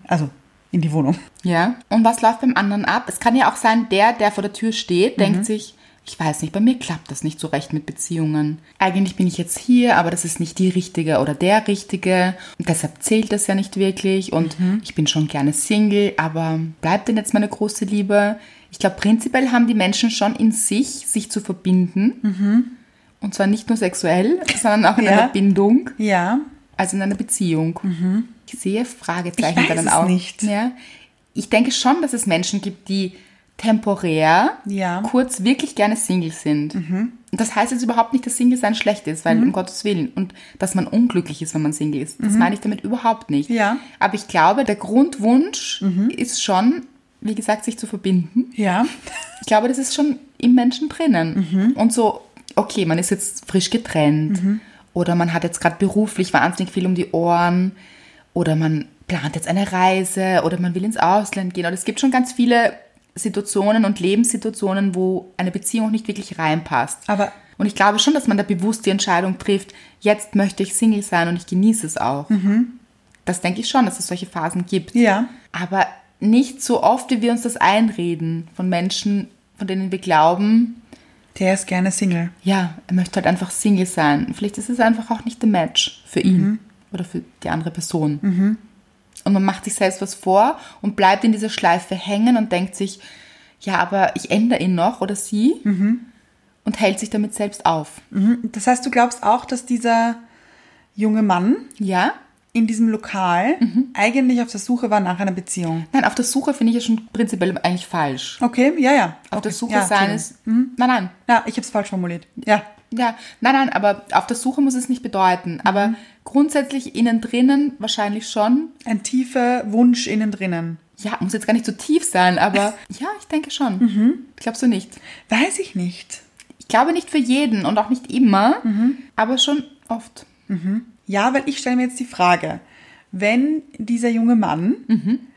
Speaker 2: Also in die Wohnung.
Speaker 1: Ja. Und was läuft beim anderen ab? Es kann ja auch sein, der, der vor der Tür steht, denkt sich, ich weiß nicht, bei mir klappt das nicht so recht mit Beziehungen. Eigentlich bin ich jetzt hier, aber das ist nicht die richtige oder der richtige. Und deshalb zählt das ja nicht wirklich. Und ich bin schon gerne Single, aber bleibt denn jetzt meine große Liebe? Ich glaube, prinzipiell haben die Menschen schon in sich, sich zu verbinden. Und zwar nicht nur sexuell, (laughs) sondern auch in
Speaker 2: Ja.
Speaker 1: einer Bindung,
Speaker 2: Ja.
Speaker 1: also in einer Beziehung. Ich sehe Fragezeichen
Speaker 2: Mhm. Ich
Speaker 1: bei
Speaker 2: weiß
Speaker 1: den
Speaker 2: es
Speaker 1: Augen.
Speaker 2: nicht.
Speaker 1: Ja. Ich denke schon, dass es Menschen gibt, die temporär,
Speaker 2: Ja. Mhm.
Speaker 1: kurz, wirklich gerne Single sind. Und Das heißt jetzt überhaupt nicht, dass Single-Sein schlecht ist, weil um Gottes Willen. Und dass man unglücklich ist, wenn man Single ist. Das meine ich damit überhaupt nicht.
Speaker 2: Mhm. Ja. Mhm.
Speaker 1: Aber ich glaube, der Grundwunsch ist schon, wie gesagt, sich zu verbinden.
Speaker 2: Ja.
Speaker 1: Ich glaube, das ist schon im Menschen drinnen. Und so, okay, man ist jetzt frisch getrennt oder man hat jetzt gerade beruflich wahnsinnig viel um die Ohren oder man plant jetzt eine Reise oder man will ins Ausland gehen. Oder es gibt schon ganz viele Situationen und Lebenssituationen, wo eine Beziehung nicht wirklich reinpasst.
Speaker 2: Aber-
Speaker 1: und ich glaube schon, dass man da bewusst die Entscheidung trifft, jetzt möchte ich Single sein und ich genieße es auch. Das denke ich schon, dass es solche Phasen gibt.
Speaker 2: Ja.
Speaker 1: Aber nicht so oft, wie wir uns das einreden von Menschen, von denen wir glauben,
Speaker 2: Der ist gerne Single.
Speaker 1: ja, er möchte halt einfach Single sein. Vielleicht ist es einfach auch nicht der Match für ihn
Speaker 2: Mhm.
Speaker 1: oder für die andere Person. Und man macht sich selbst was vor und bleibt in dieser Schleife hängen und denkt sich, ja, aber ich ändere ihn noch oder sie und hält sich damit selbst auf.
Speaker 2: Mhm. Das heißt, du glaubst auch, dass dieser junge Mann
Speaker 1: Ja?
Speaker 2: in diesem Lokal
Speaker 1: Mhm.
Speaker 2: eigentlich auf der Suche war nach einer Beziehung.
Speaker 1: Nein, auf der Suche finde ich ja schon prinzipiell eigentlich falsch.
Speaker 2: Okay, ja, ja.
Speaker 1: Auf
Speaker 2: okay.
Speaker 1: der Suche
Speaker 2: ja,
Speaker 1: sein
Speaker 2: Entschuldigung. Mhm.
Speaker 1: ist. Nein, nein,
Speaker 2: Ja, ich habe es falsch formuliert. Ja.
Speaker 1: Ja, nein, nein, aber auf der Suche muss es nicht
Speaker 2: Mhm.
Speaker 1: bedeuten. Aber grundsätzlich innen drinnen wahrscheinlich schon.
Speaker 2: Ein tiefer Wunsch innen drinnen.
Speaker 1: Ja, muss jetzt gar nicht so tief sein,
Speaker 2: (laughs)
Speaker 1: aber ja, ich denke schon.
Speaker 2: Mhm.
Speaker 1: Glaubst du nicht?
Speaker 2: Weiß ich nicht.
Speaker 1: Ich glaube nicht für jeden und auch nicht immer,
Speaker 2: Mhm.
Speaker 1: aber schon oft.
Speaker 2: Ja, weil ich stelle mir jetzt die Frage, wenn dieser junge Mann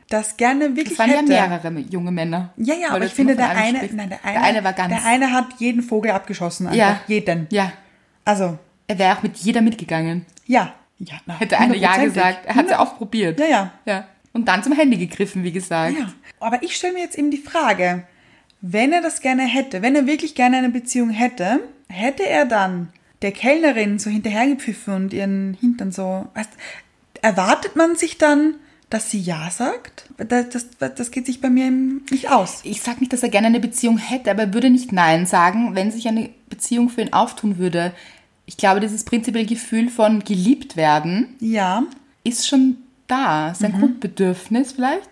Speaker 2: das gerne
Speaker 1: Es
Speaker 2: wirklich
Speaker 1: Mhm. waren ja
Speaker 2: hätte.
Speaker 1: mehrere junge Männer.
Speaker 2: Ja, ja,
Speaker 1: Weil
Speaker 2: aber
Speaker 1: du
Speaker 2: ich
Speaker 1: jetzt
Speaker 2: finde,
Speaker 1: nur von
Speaker 2: der
Speaker 1: einem
Speaker 2: eine,
Speaker 1: sprichst.
Speaker 2: nein, der eine,
Speaker 1: war ganz.
Speaker 2: Der eine hat jeden Vogel abgeschossen. Einfach.
Speaker 1: ja.
Speaker 2: Jeden.
Speaker 1: Ja.
Speaker 2: Also,
Speaker 1: Er wäre auch mit jeder mitgegangen.
Speaker 2: ja. ja na,
Speaker 1: Hätte einer Ja
Speaker 2: hundertprozentig.
Speaker 1: gesagt. Er hat es ja auch probiert.
Speaker 2: Ja, ja.
Speaker 1: Ja. Und dann zum Handy gegriffen, wie gesagt.
Speaker 2: Ja, aber ich stelle mir jetzt eben die Frage, wenn er das gerne hätte, wenn er wirklich gerne eine Beziehung hätte, hätte er dann der Kellnerin so hinterhergepfiffen und ihren Hintern so, weißt, erwartet man sich dann, dass sie Ja sagt? Das, das, das geht sich bei mir eben nicht aus.
Speaker 1: ich sag nicht, dass er gerne eine Beziehung hätte, aber er würde nicht Nein sagen, wenn sich eine Beziehung für ihn auftun würde. Ich glaube, dieses prinzipielle Gefühl von geliebt werden
Speaker 2: Ja,
Speaker 1: ist schon da.
Speaker 2: Mhm.
Speaker 1: Sein Grundbedürfnis vielleicht.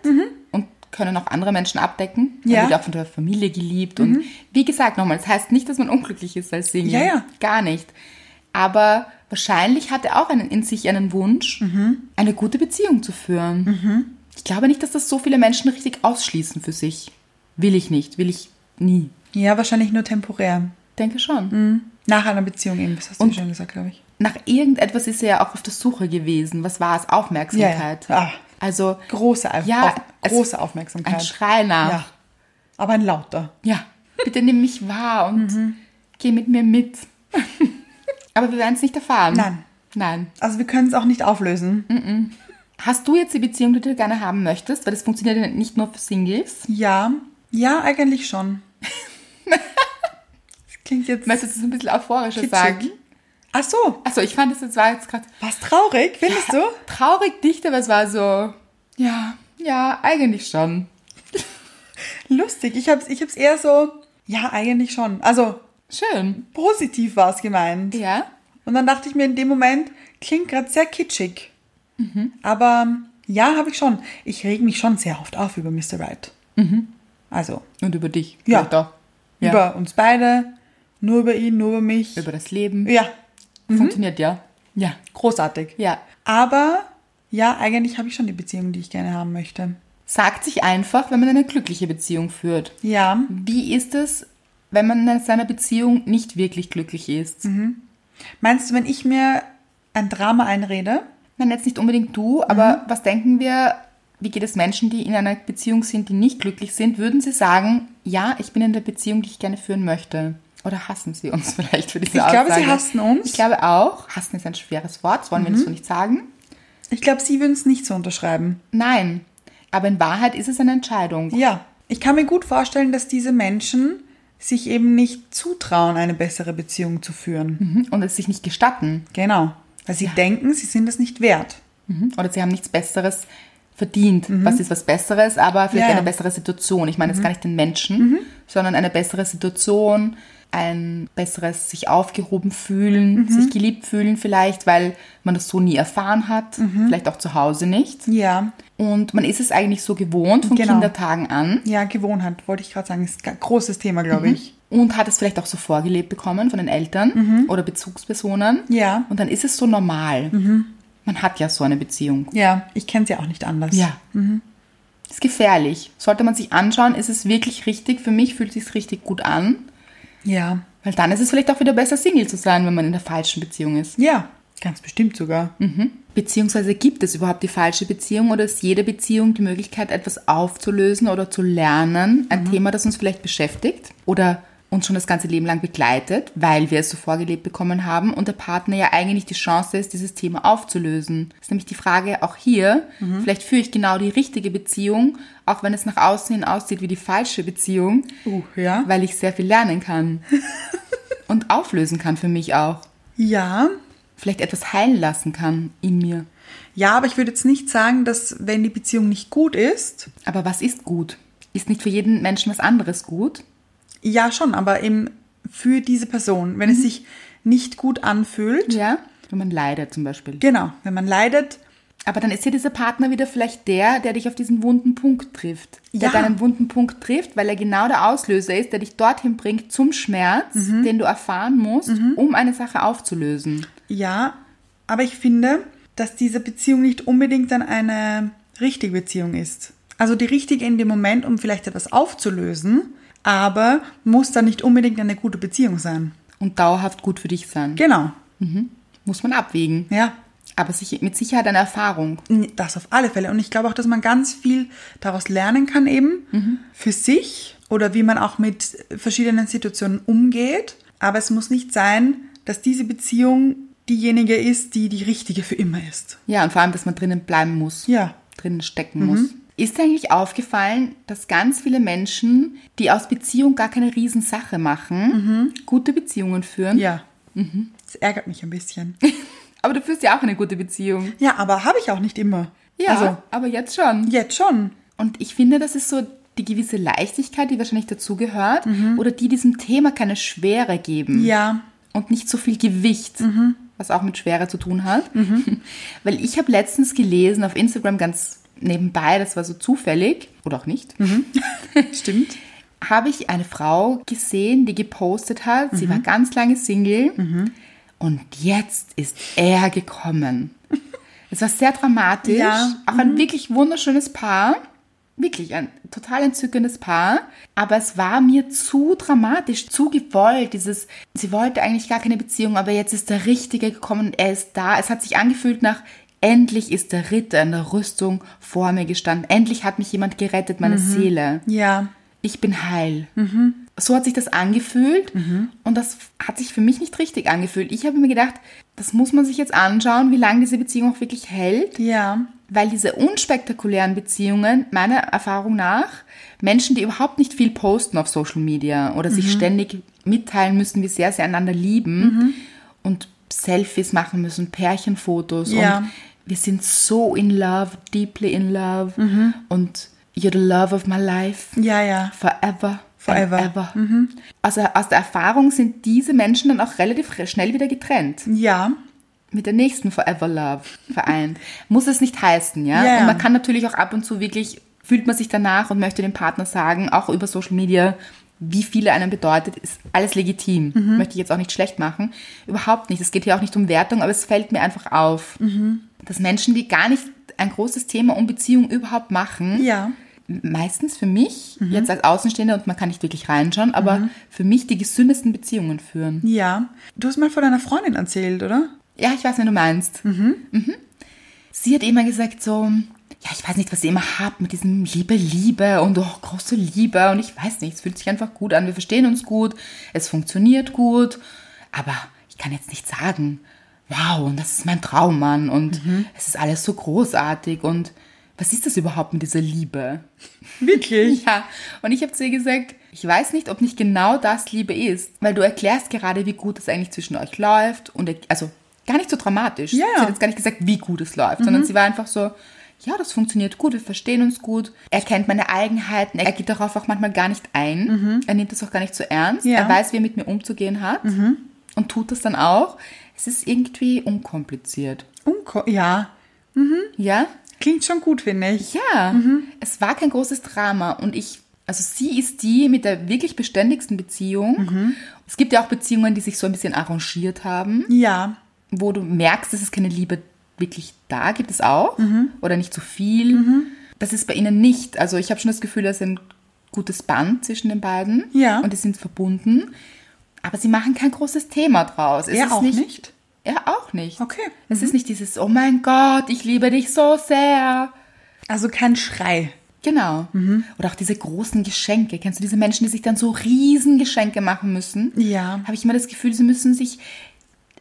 Speaker 1: Und können auch andere Menschen abdecken.
Speaker 2: Ja.
Speaker 1: Er
Speaker 2: Mhm.
Speaker 1: wird auch von der Familie geliebt. Und wie gesagt, nochmal, das heißt nicht, dass man unglücklich ist als Single.
Speaker 2: Ja, ja.
Speaker 1: Gar nicht. Aber wahrscheinlich hat er auch einen, in sich einen Wunsch,
Speaker 2: Mhm.
Speaker 1: eine gute Beziehung zu führen. Ich glaube nicht, dass das so viele Menschen richtig ausschließen für sich. Will ich nicht, will ich nie.
Speaker 2: ja, wahrscheinlich nur temporär.
Speaker 1: Denke schon.
Speaker 2: Mhm. Nach einer Beziehung eben, das hast du schon gesagt, glaube ich.
Speaker 1: Nach irgendetwas ist er ja auch auf der Suche gewesen. Was war es? Aufmerksamkeit.
Speaker 2: Ja, ja. Ah.
Speaker 1: Also
Speaker 2: Große, Auf
Speaker 1: Ja,
Speaker 2: auf,
Speaker 1: es-
Speaker 2: große
Speaker 1: ein
Speaker 2: Aufmerksamkeit.
Speaker 1: Schrei nach.
Speaker 2: Ja, aber ein lauter.
Speaker 1: Ja, bitte nimm mich wahr und
Speaker 2: Mhm.
Speaker 1: geh mit mir mit. (laughs) Aber wir werden es nicht erfahren.
Speaker 2: Nein.
Speaker 1: Nein.
Speaker 2: Also wir können es auch nicht auflösen.
Speaker 1: Mhm. Hast du jetzt die Beziehung, die du gerne haben möchtest? Weil das funktioniert ja nicht nur für Singles.
Speaker 2: Ja, ja, eigentlich
Speaker 1: (laughs)
Speaker 2: schon. das klingt jetzt
Speaker 1: Möchtest du es ein bisschen euphorischer
Speaker 2: kitschig.
Speaker 1: sagen?
Speaker 2: Ach so,
Speaker 1: Achso, ich fand das jetzt war jetzt gerade
Speaker 2: was traurig, findest du?
Speaker 1: traurig dicht, aber es war so, ja, ja, eigentlich schon.
Speaker 2: Lustig, ich hab's, ich hab's eher so, ja, eigentlich schon. Also
Speaker 1: Schön.
Speaker 2: positiv war es gemeint.
Speaker 1: Ja.
Speaker 2: Und dann dachte ich mir in dem Moment, klingt gerade sehr kitschig. Aber ja, habe ich schon. Ich reg mich schon sehr oft auf über Mr. Right. Also
Speaker 1: Und über dich.
Speaker 2: Ja.
Speaker 1: Peter. Ja.
Speaker 2: über uns beide, nur über ihn, nur über mich.
Speaker 1: Über das Leben.
Speaker 2: ja, Mhm.
Speaker 1: Funktioniert ja. Ja.
Speaker 2: großartig.
Speaker 1: Ja.
Speaker 2: Aber ja, eigentlich habe ich schon die Beziehung, die ich gerne haben möchte.
Speaker 1: Sagt sich einfach, wenn man eine glückliche Beziehung führt.
Speaker 2: Ja,
Speaker 1: Wie ist es, wenn man in seiner Beziehung nicht wirklich glücklich ist?
Speaker 2: Mhm. meinst du, wenn ich mir ein Drama einrede? Mhm.
Speaker 1: Nein, jetzt nicht unbedingt du, aber was denken wir, wie geht es Menschen, die in einer Beziehung sind, die nicht glücklich sind, würden sie sagen, ja, ich bin in der Beziehung, die ich gerne führen möchte? Oder hassen sie uns (laughs) vielleicht für diese
Speaker 2: Ich
Speaker 1: Aussage?
Speaker 2: glaube, sie hassen uns. Mhm.
Speaker 1: Ich glaube auch. Hassen ist ein schweres Wort, das wollen wir das so nicht sagen.
Speaker 2: Ich glaube, sie würden es nicht so unterschreiben.
Speaker 1: Nein. Aber in Wahrheit ist es eine Entscheidung.
Speaker 2: Ja. Ich kann mir gut vorstellen, dass diese Menschen sich eben nicht zutrauen, eine bessere Beziehung zu führen.
Speaker 1: Mhm. Und es sich nicht gestatten.
Speaker 2: Genau. Weil sie denken, sie sind es nicht wert.
Speaker 1: Mhm. Oder sie haben nichts Besseres verdient. Was ist was Besseres, aber vielleicht
Speaker 2: Mhm. Ja, Mhm. ja.
Speaker 1: eine bessere Situation. Ich meine jetzt gar nicht den Menschen, sondern eine bessere Situation, ein besseres sich aufgehoben
Speaker 2: Mhm.
Speaker 1: fühlen, sich geliebt fühlen vielleicht, weil man das so nie erfahren hat,
Speaker 2: Mhm.
Speaker 1: vielleicht auch zu Hause nicht.
Speaker 2: Ja.
Speaker 1: Und man ist es eigentlich so gewohnt von
Speaker 2: Genau.
Speaker 1: Kindertagen an
Speaker 2: Ja, Gewohnheit, wollte ich gerade sagen, ist ein großes Thema, glaube
Speaker 1: Mhm.
Speaker 2: ich.
Speaker 1: und hat es vielleicht auch so vorgelebt bekommen von den Eltern oder Bezugspersonen.
Speaker 2: Mhm. Ja. Mhm.
Speaker 1: Und dann ist es so normal. Man hat ja so eine Beziehung.
Speaker 2: Ja, ich kenne sie auch nicht anders.
Speaker 1: Ja. Mhm. Ist gefährlich. Sollte man sich anschauen, ist es wirklich richtig? Für mich fühlt es sich richtig gut an.
Speaker 2: Ja.
Speaker 1: Weil dann ist es vielleicht auch wieder besser, Single zu sein, wenn man in der falschen Beziehung ist.
Speaker 2: Ja, ganz bestimmt sogar.
Speaker 1: Mhm. Beziehungsweise gibt es überhaupt die falsche Beziehung oder ist jede Beziehung die Möglichkeit, etwas aufzulösen oder zu lernen? Ein Thema, das uns vielleicht beschäftigt oder uns schon das ganze Leben lang begleitet, weil wir es so vorgelebt bekommen haben und der Partner ja eigentlich die Chance ist, dieses Thema aufzulösen. Ist nämlich die Frage auch hier, vielleicht führe ich genau die richtige Beziehung, auch wenn es nach außen hin aussieht wie die falsche Beziehung,
Speaker 2: Uh, ja.
Speaker 1: weil ich sehr viel lernen kann und auflösen kann für mich auch.
Speaker 2: Ja.
Speaker 1: Vielleicht etwas heilen lassen kann in mir.
Speaker 2: Ja, aber ich würde jetzt nicht sagen, dass wenn die Beziehung nicht gut ist,
Speaker 1: Aber was ist gut? Ist nicht für jeden Menschen was anderes gut?
Speaker 2: ja schon, aber eben für diese Person, wenn es sich nicht gut anfühlt.
Speaker 1: Mhm. Ja. Wenn man leidet zum Beispiel.
Speaker 2: Genau, wenn man leidet,
Speaker 1: Aber dann ist ja dieser Partner wieder vielleicht der, der dich auf diesen wunden Punkt trifft. Der
Speaker 2: Ja.
Speaker 1: deinen wunden Punkt trifft, weil er genau der Auslöser ist, der dich dorthin bringt zum Schmerz, den du erfahren musst, um eine Sache aufzulösen.
Speaker 2: ja, aber ich finde, dass diese Beziehung nicht unbedingt dann eine richtige Beziehung ist. Also die richtige in dem Moment, um vielleicht etwas aufzulösen, aber muss dann nicht unbedingt eine gute Beziehung sein.
Speaker 1: Und dauerhaft gut für dich sein.
Speaker 2: Genau,
Speaker 1: Muss man abwägen.
Speaker 2: ja.
Speaker 1: Aber sich, mit Sicherheit eine Erfahrung.
Speaker 2: Das auf alle Fälle. Und ich glaube auch, dass man ganz viel daraus lernen kann, eben für sich oder wie man auch mit verschiedenen Situationen umgeht. Aber es muss nicht sein, dass diese Beziehung diejenige ist, die die richtige für immer ist.
Speaker 1: Ja, und vor allem, dass man drinnen bleiben muss.
Speaker 2: Ja. Mhm.
Speaker 1: drinnen stecken muss. Ist dir eigentlich aufgefallen, dass ganz viele Menschen, die aus Beziehung gar keine Riesensache machen, gute Beziehungen führen?
Speaker 2: Mhm. Ja. Das ärgert mich ein bisschen.
Speaker 1: Aber du führst ja auch eine gute Beziehung.
Speaker 2: ja, aber habe ich auch nicht immer.
Speaker 1: Ja,
Speaker 2: Also,
Speaker 1: aber jetzt schon.
Speaker 2: jetzt schon.
Speaker 1: Und ich finde, das ist so die gewisse Leichtigkeit, die wahrscheinlich dazugehört, oder die diesem Thema keine Schwere geben.
Speaker 2: Mhm. Ja.
Speaker 1: und nicht so viel Gewicht, was auch mit Schwere zu tun hat. (laughs) Weil ich habe letztens gelesen auf Instagram ganz nebenbei, das war so zufällig oder auch nicht,
Speaker 2: Stimmt.
Speaker 1: (laughs) habe ich eine Frau gesehen, die gepostet hat, sie war ganz lange Single und jetzt ist er gekommen. Es war sehr dramatisch,
Speaker 2: Ja.
Speaker 1: auch ein wirklich wunderschönes Paar, wirklich ein total entzückendes Paar, aber es war mir zu dramatisch, zu gewollt, dieses, sie wollte eigentlich gar keine Beziehung, aber jetzt ist der Richtige gekommen und er ist da. Es hat sich angefühlt nach, endlich ist der Ritter in der Rüstung vor mir gestanden, endlich hat mich jemand gerettet, meine Seele
Speaker 2: Ja.
Speaker 1: ich bin heil.
Speaker 2: Mhm.
Speaker 1: So hat sich das angefühlt und das hat sich für mich nicht richtig angefühlt. Ich habe mir gedacht, das muss man sich jetzt anschauen, wie lange diese Beziehung auch wirklich hält,
Speaker 2: Ja.
Speaker 1: weil diese unspektakulären Beziehungen, meiner Erfahrung nach, Menschen, die überhaupt nicht viel posten auf Social Media oder
Speaker 2: Mhm.
Speaker 1: sich ständig mitteilen müssen, wie sehr sie einander lieben
Speaker 2: Mhm.
Speaker 1: und Selfies machen müssen, Pärchenfotos
Speaker 2: Ja.
Speaker 1: und wir sind so in love, deeply in love und you're the love of my life.
Speaker 2: Mhm. Ja, ja.
Speaker 1: Forever.
Speaker 2: Forever. Mhm.
Speaker 1: and ever. Also aus der Erfahrung sind diese Menschen dann auch relativ re- schnell wieder getrennt.
Speaker 2: Ja.
Speaker 1: Mit der nächsten Forever Love vereint. Muss es nicht heißen, ja?
Speaker 2: Ja, ja.
Speaker 1: Und man kann natürlich auch ab und zu wirklich, fühlt man sich danach und möchte dem Partner sagen, auch über Social Media, wie viel er einem bedeutet, ist alles legitim.
Speaker 2: Mhm.
Speaker 1: Möchte ich jetzt auch nicht schlecht machen. Überhaupt nicht. Es geht hier auch nicht um Wertung, aber es fällt mir einfach auf,
Speaker 2: Mhm.
Speaker 1: dass Menschen, die gar nicht ein großes Thema um Beziehung überhaupt machen,
Speaker 2: Ja.
Speaker 1: meistens für mich, jetzt als Außenstehender und man kann nicht wirklich reinschauen, aber für mich die gesündesten Beziehungen führen.
Speaker 2: Ja. Du hast mal von deiner Freundin erzählt, oder?
Speaker 1: Ja, ich weiß, wen du meinst. Mhm. Sie hat immer gesagt so, ja, ich weiß nicht, was ihr immer habt mit diesem Liebe, Liebe und oh, große Liebe und ich weiß nicht, es fühlt sich einfach gut an, wir verstehen uns gut, es funktioniert gut, aber ich kann jetzt nicht sagen, wow, und das ist mein Traummann und es ist alles so großartig und was ist das überhaupt mit dieser Liebe? (laughs)
Speaker 2: Wirklich?
Speaker 1: Ja, und ich habe zu ihr gesagt, ich weiß nicht, ob nicht genau das Liebe ist, weil du erklärst gerade, wie gut es eigentlich zwischen euch läuft und er- also gar nicht so dramatisch.
Speaker 2: Ja. Mhm.
Speaker 1: Sie hat jetzt gar nicht gesagt, wie gut es läuft, sondern sie war einfach so, ja, das funktioniert gut, wir verstehen uns gut. Er kennt meine Eigenheiten, er geht darauf auch manchmal gar nicht ein. Er nimmt das auch gar nicht so ernst.
Speaker 2: Mhm. Ja. Mhm.
Speaker 1: Er weiß, wie er mit mir umzugehen hat und tut das dann auch. Es ist irgendwie unkompliziert.
Speaker 2: Unko ja,
Speaker 1: Ja?
Speaker 2: klingt schon gut, finde ich.
Speaker 1: Ja,
Speaker 2: Mhm.
Speaker 1: es war kein großes Drama und ich, also sie ist die mit der wirklich beständigsten Beziehung.
Speaker 2: Mhm.
Speaker 1: Es gibt ja auch Beziehungen, die sich so ein bisschen arrangiert haben,
Speaker 2: Ja,
Speaker 1: wo du merkst, dass es keine Liebe wirklich da gibt es auch
Speaker 2: Mhm.
Speaker 1: oder nicht so viel. Das ist bei ihnen nicht. Also ich habe schon das Gefühl, da ist ein gutes Band zwischen den beiden
Speaker 2: Ja.
Speaker 1: und die sind verbunden. Aber sie machen kein großes Thema draus. Es
Speaker 2: Er
Speaker 1: ist
Speaker 2: auch
Speaker 1: nicht,
Speaker 2: nicht?
Speaker 1: Er auch nicht.
Speaker 2: Okay. Mhm.
Speaker 1: Es ist nicht dieses, oh mein Gott, ich liebe dich so sehr.
Speaker 2: also kein Schrei.
Speaker 1: Genau.
Speaker 2: Mhm.
Speaker 1: Oder auch diese großen Geschenke. Kennst du diese Menschen, die sich dann so riesen Geschenke machen müssen?
Speaker 2: Ja.
Speaker 1: Habe ich immer das Gefühl, sie müssen sich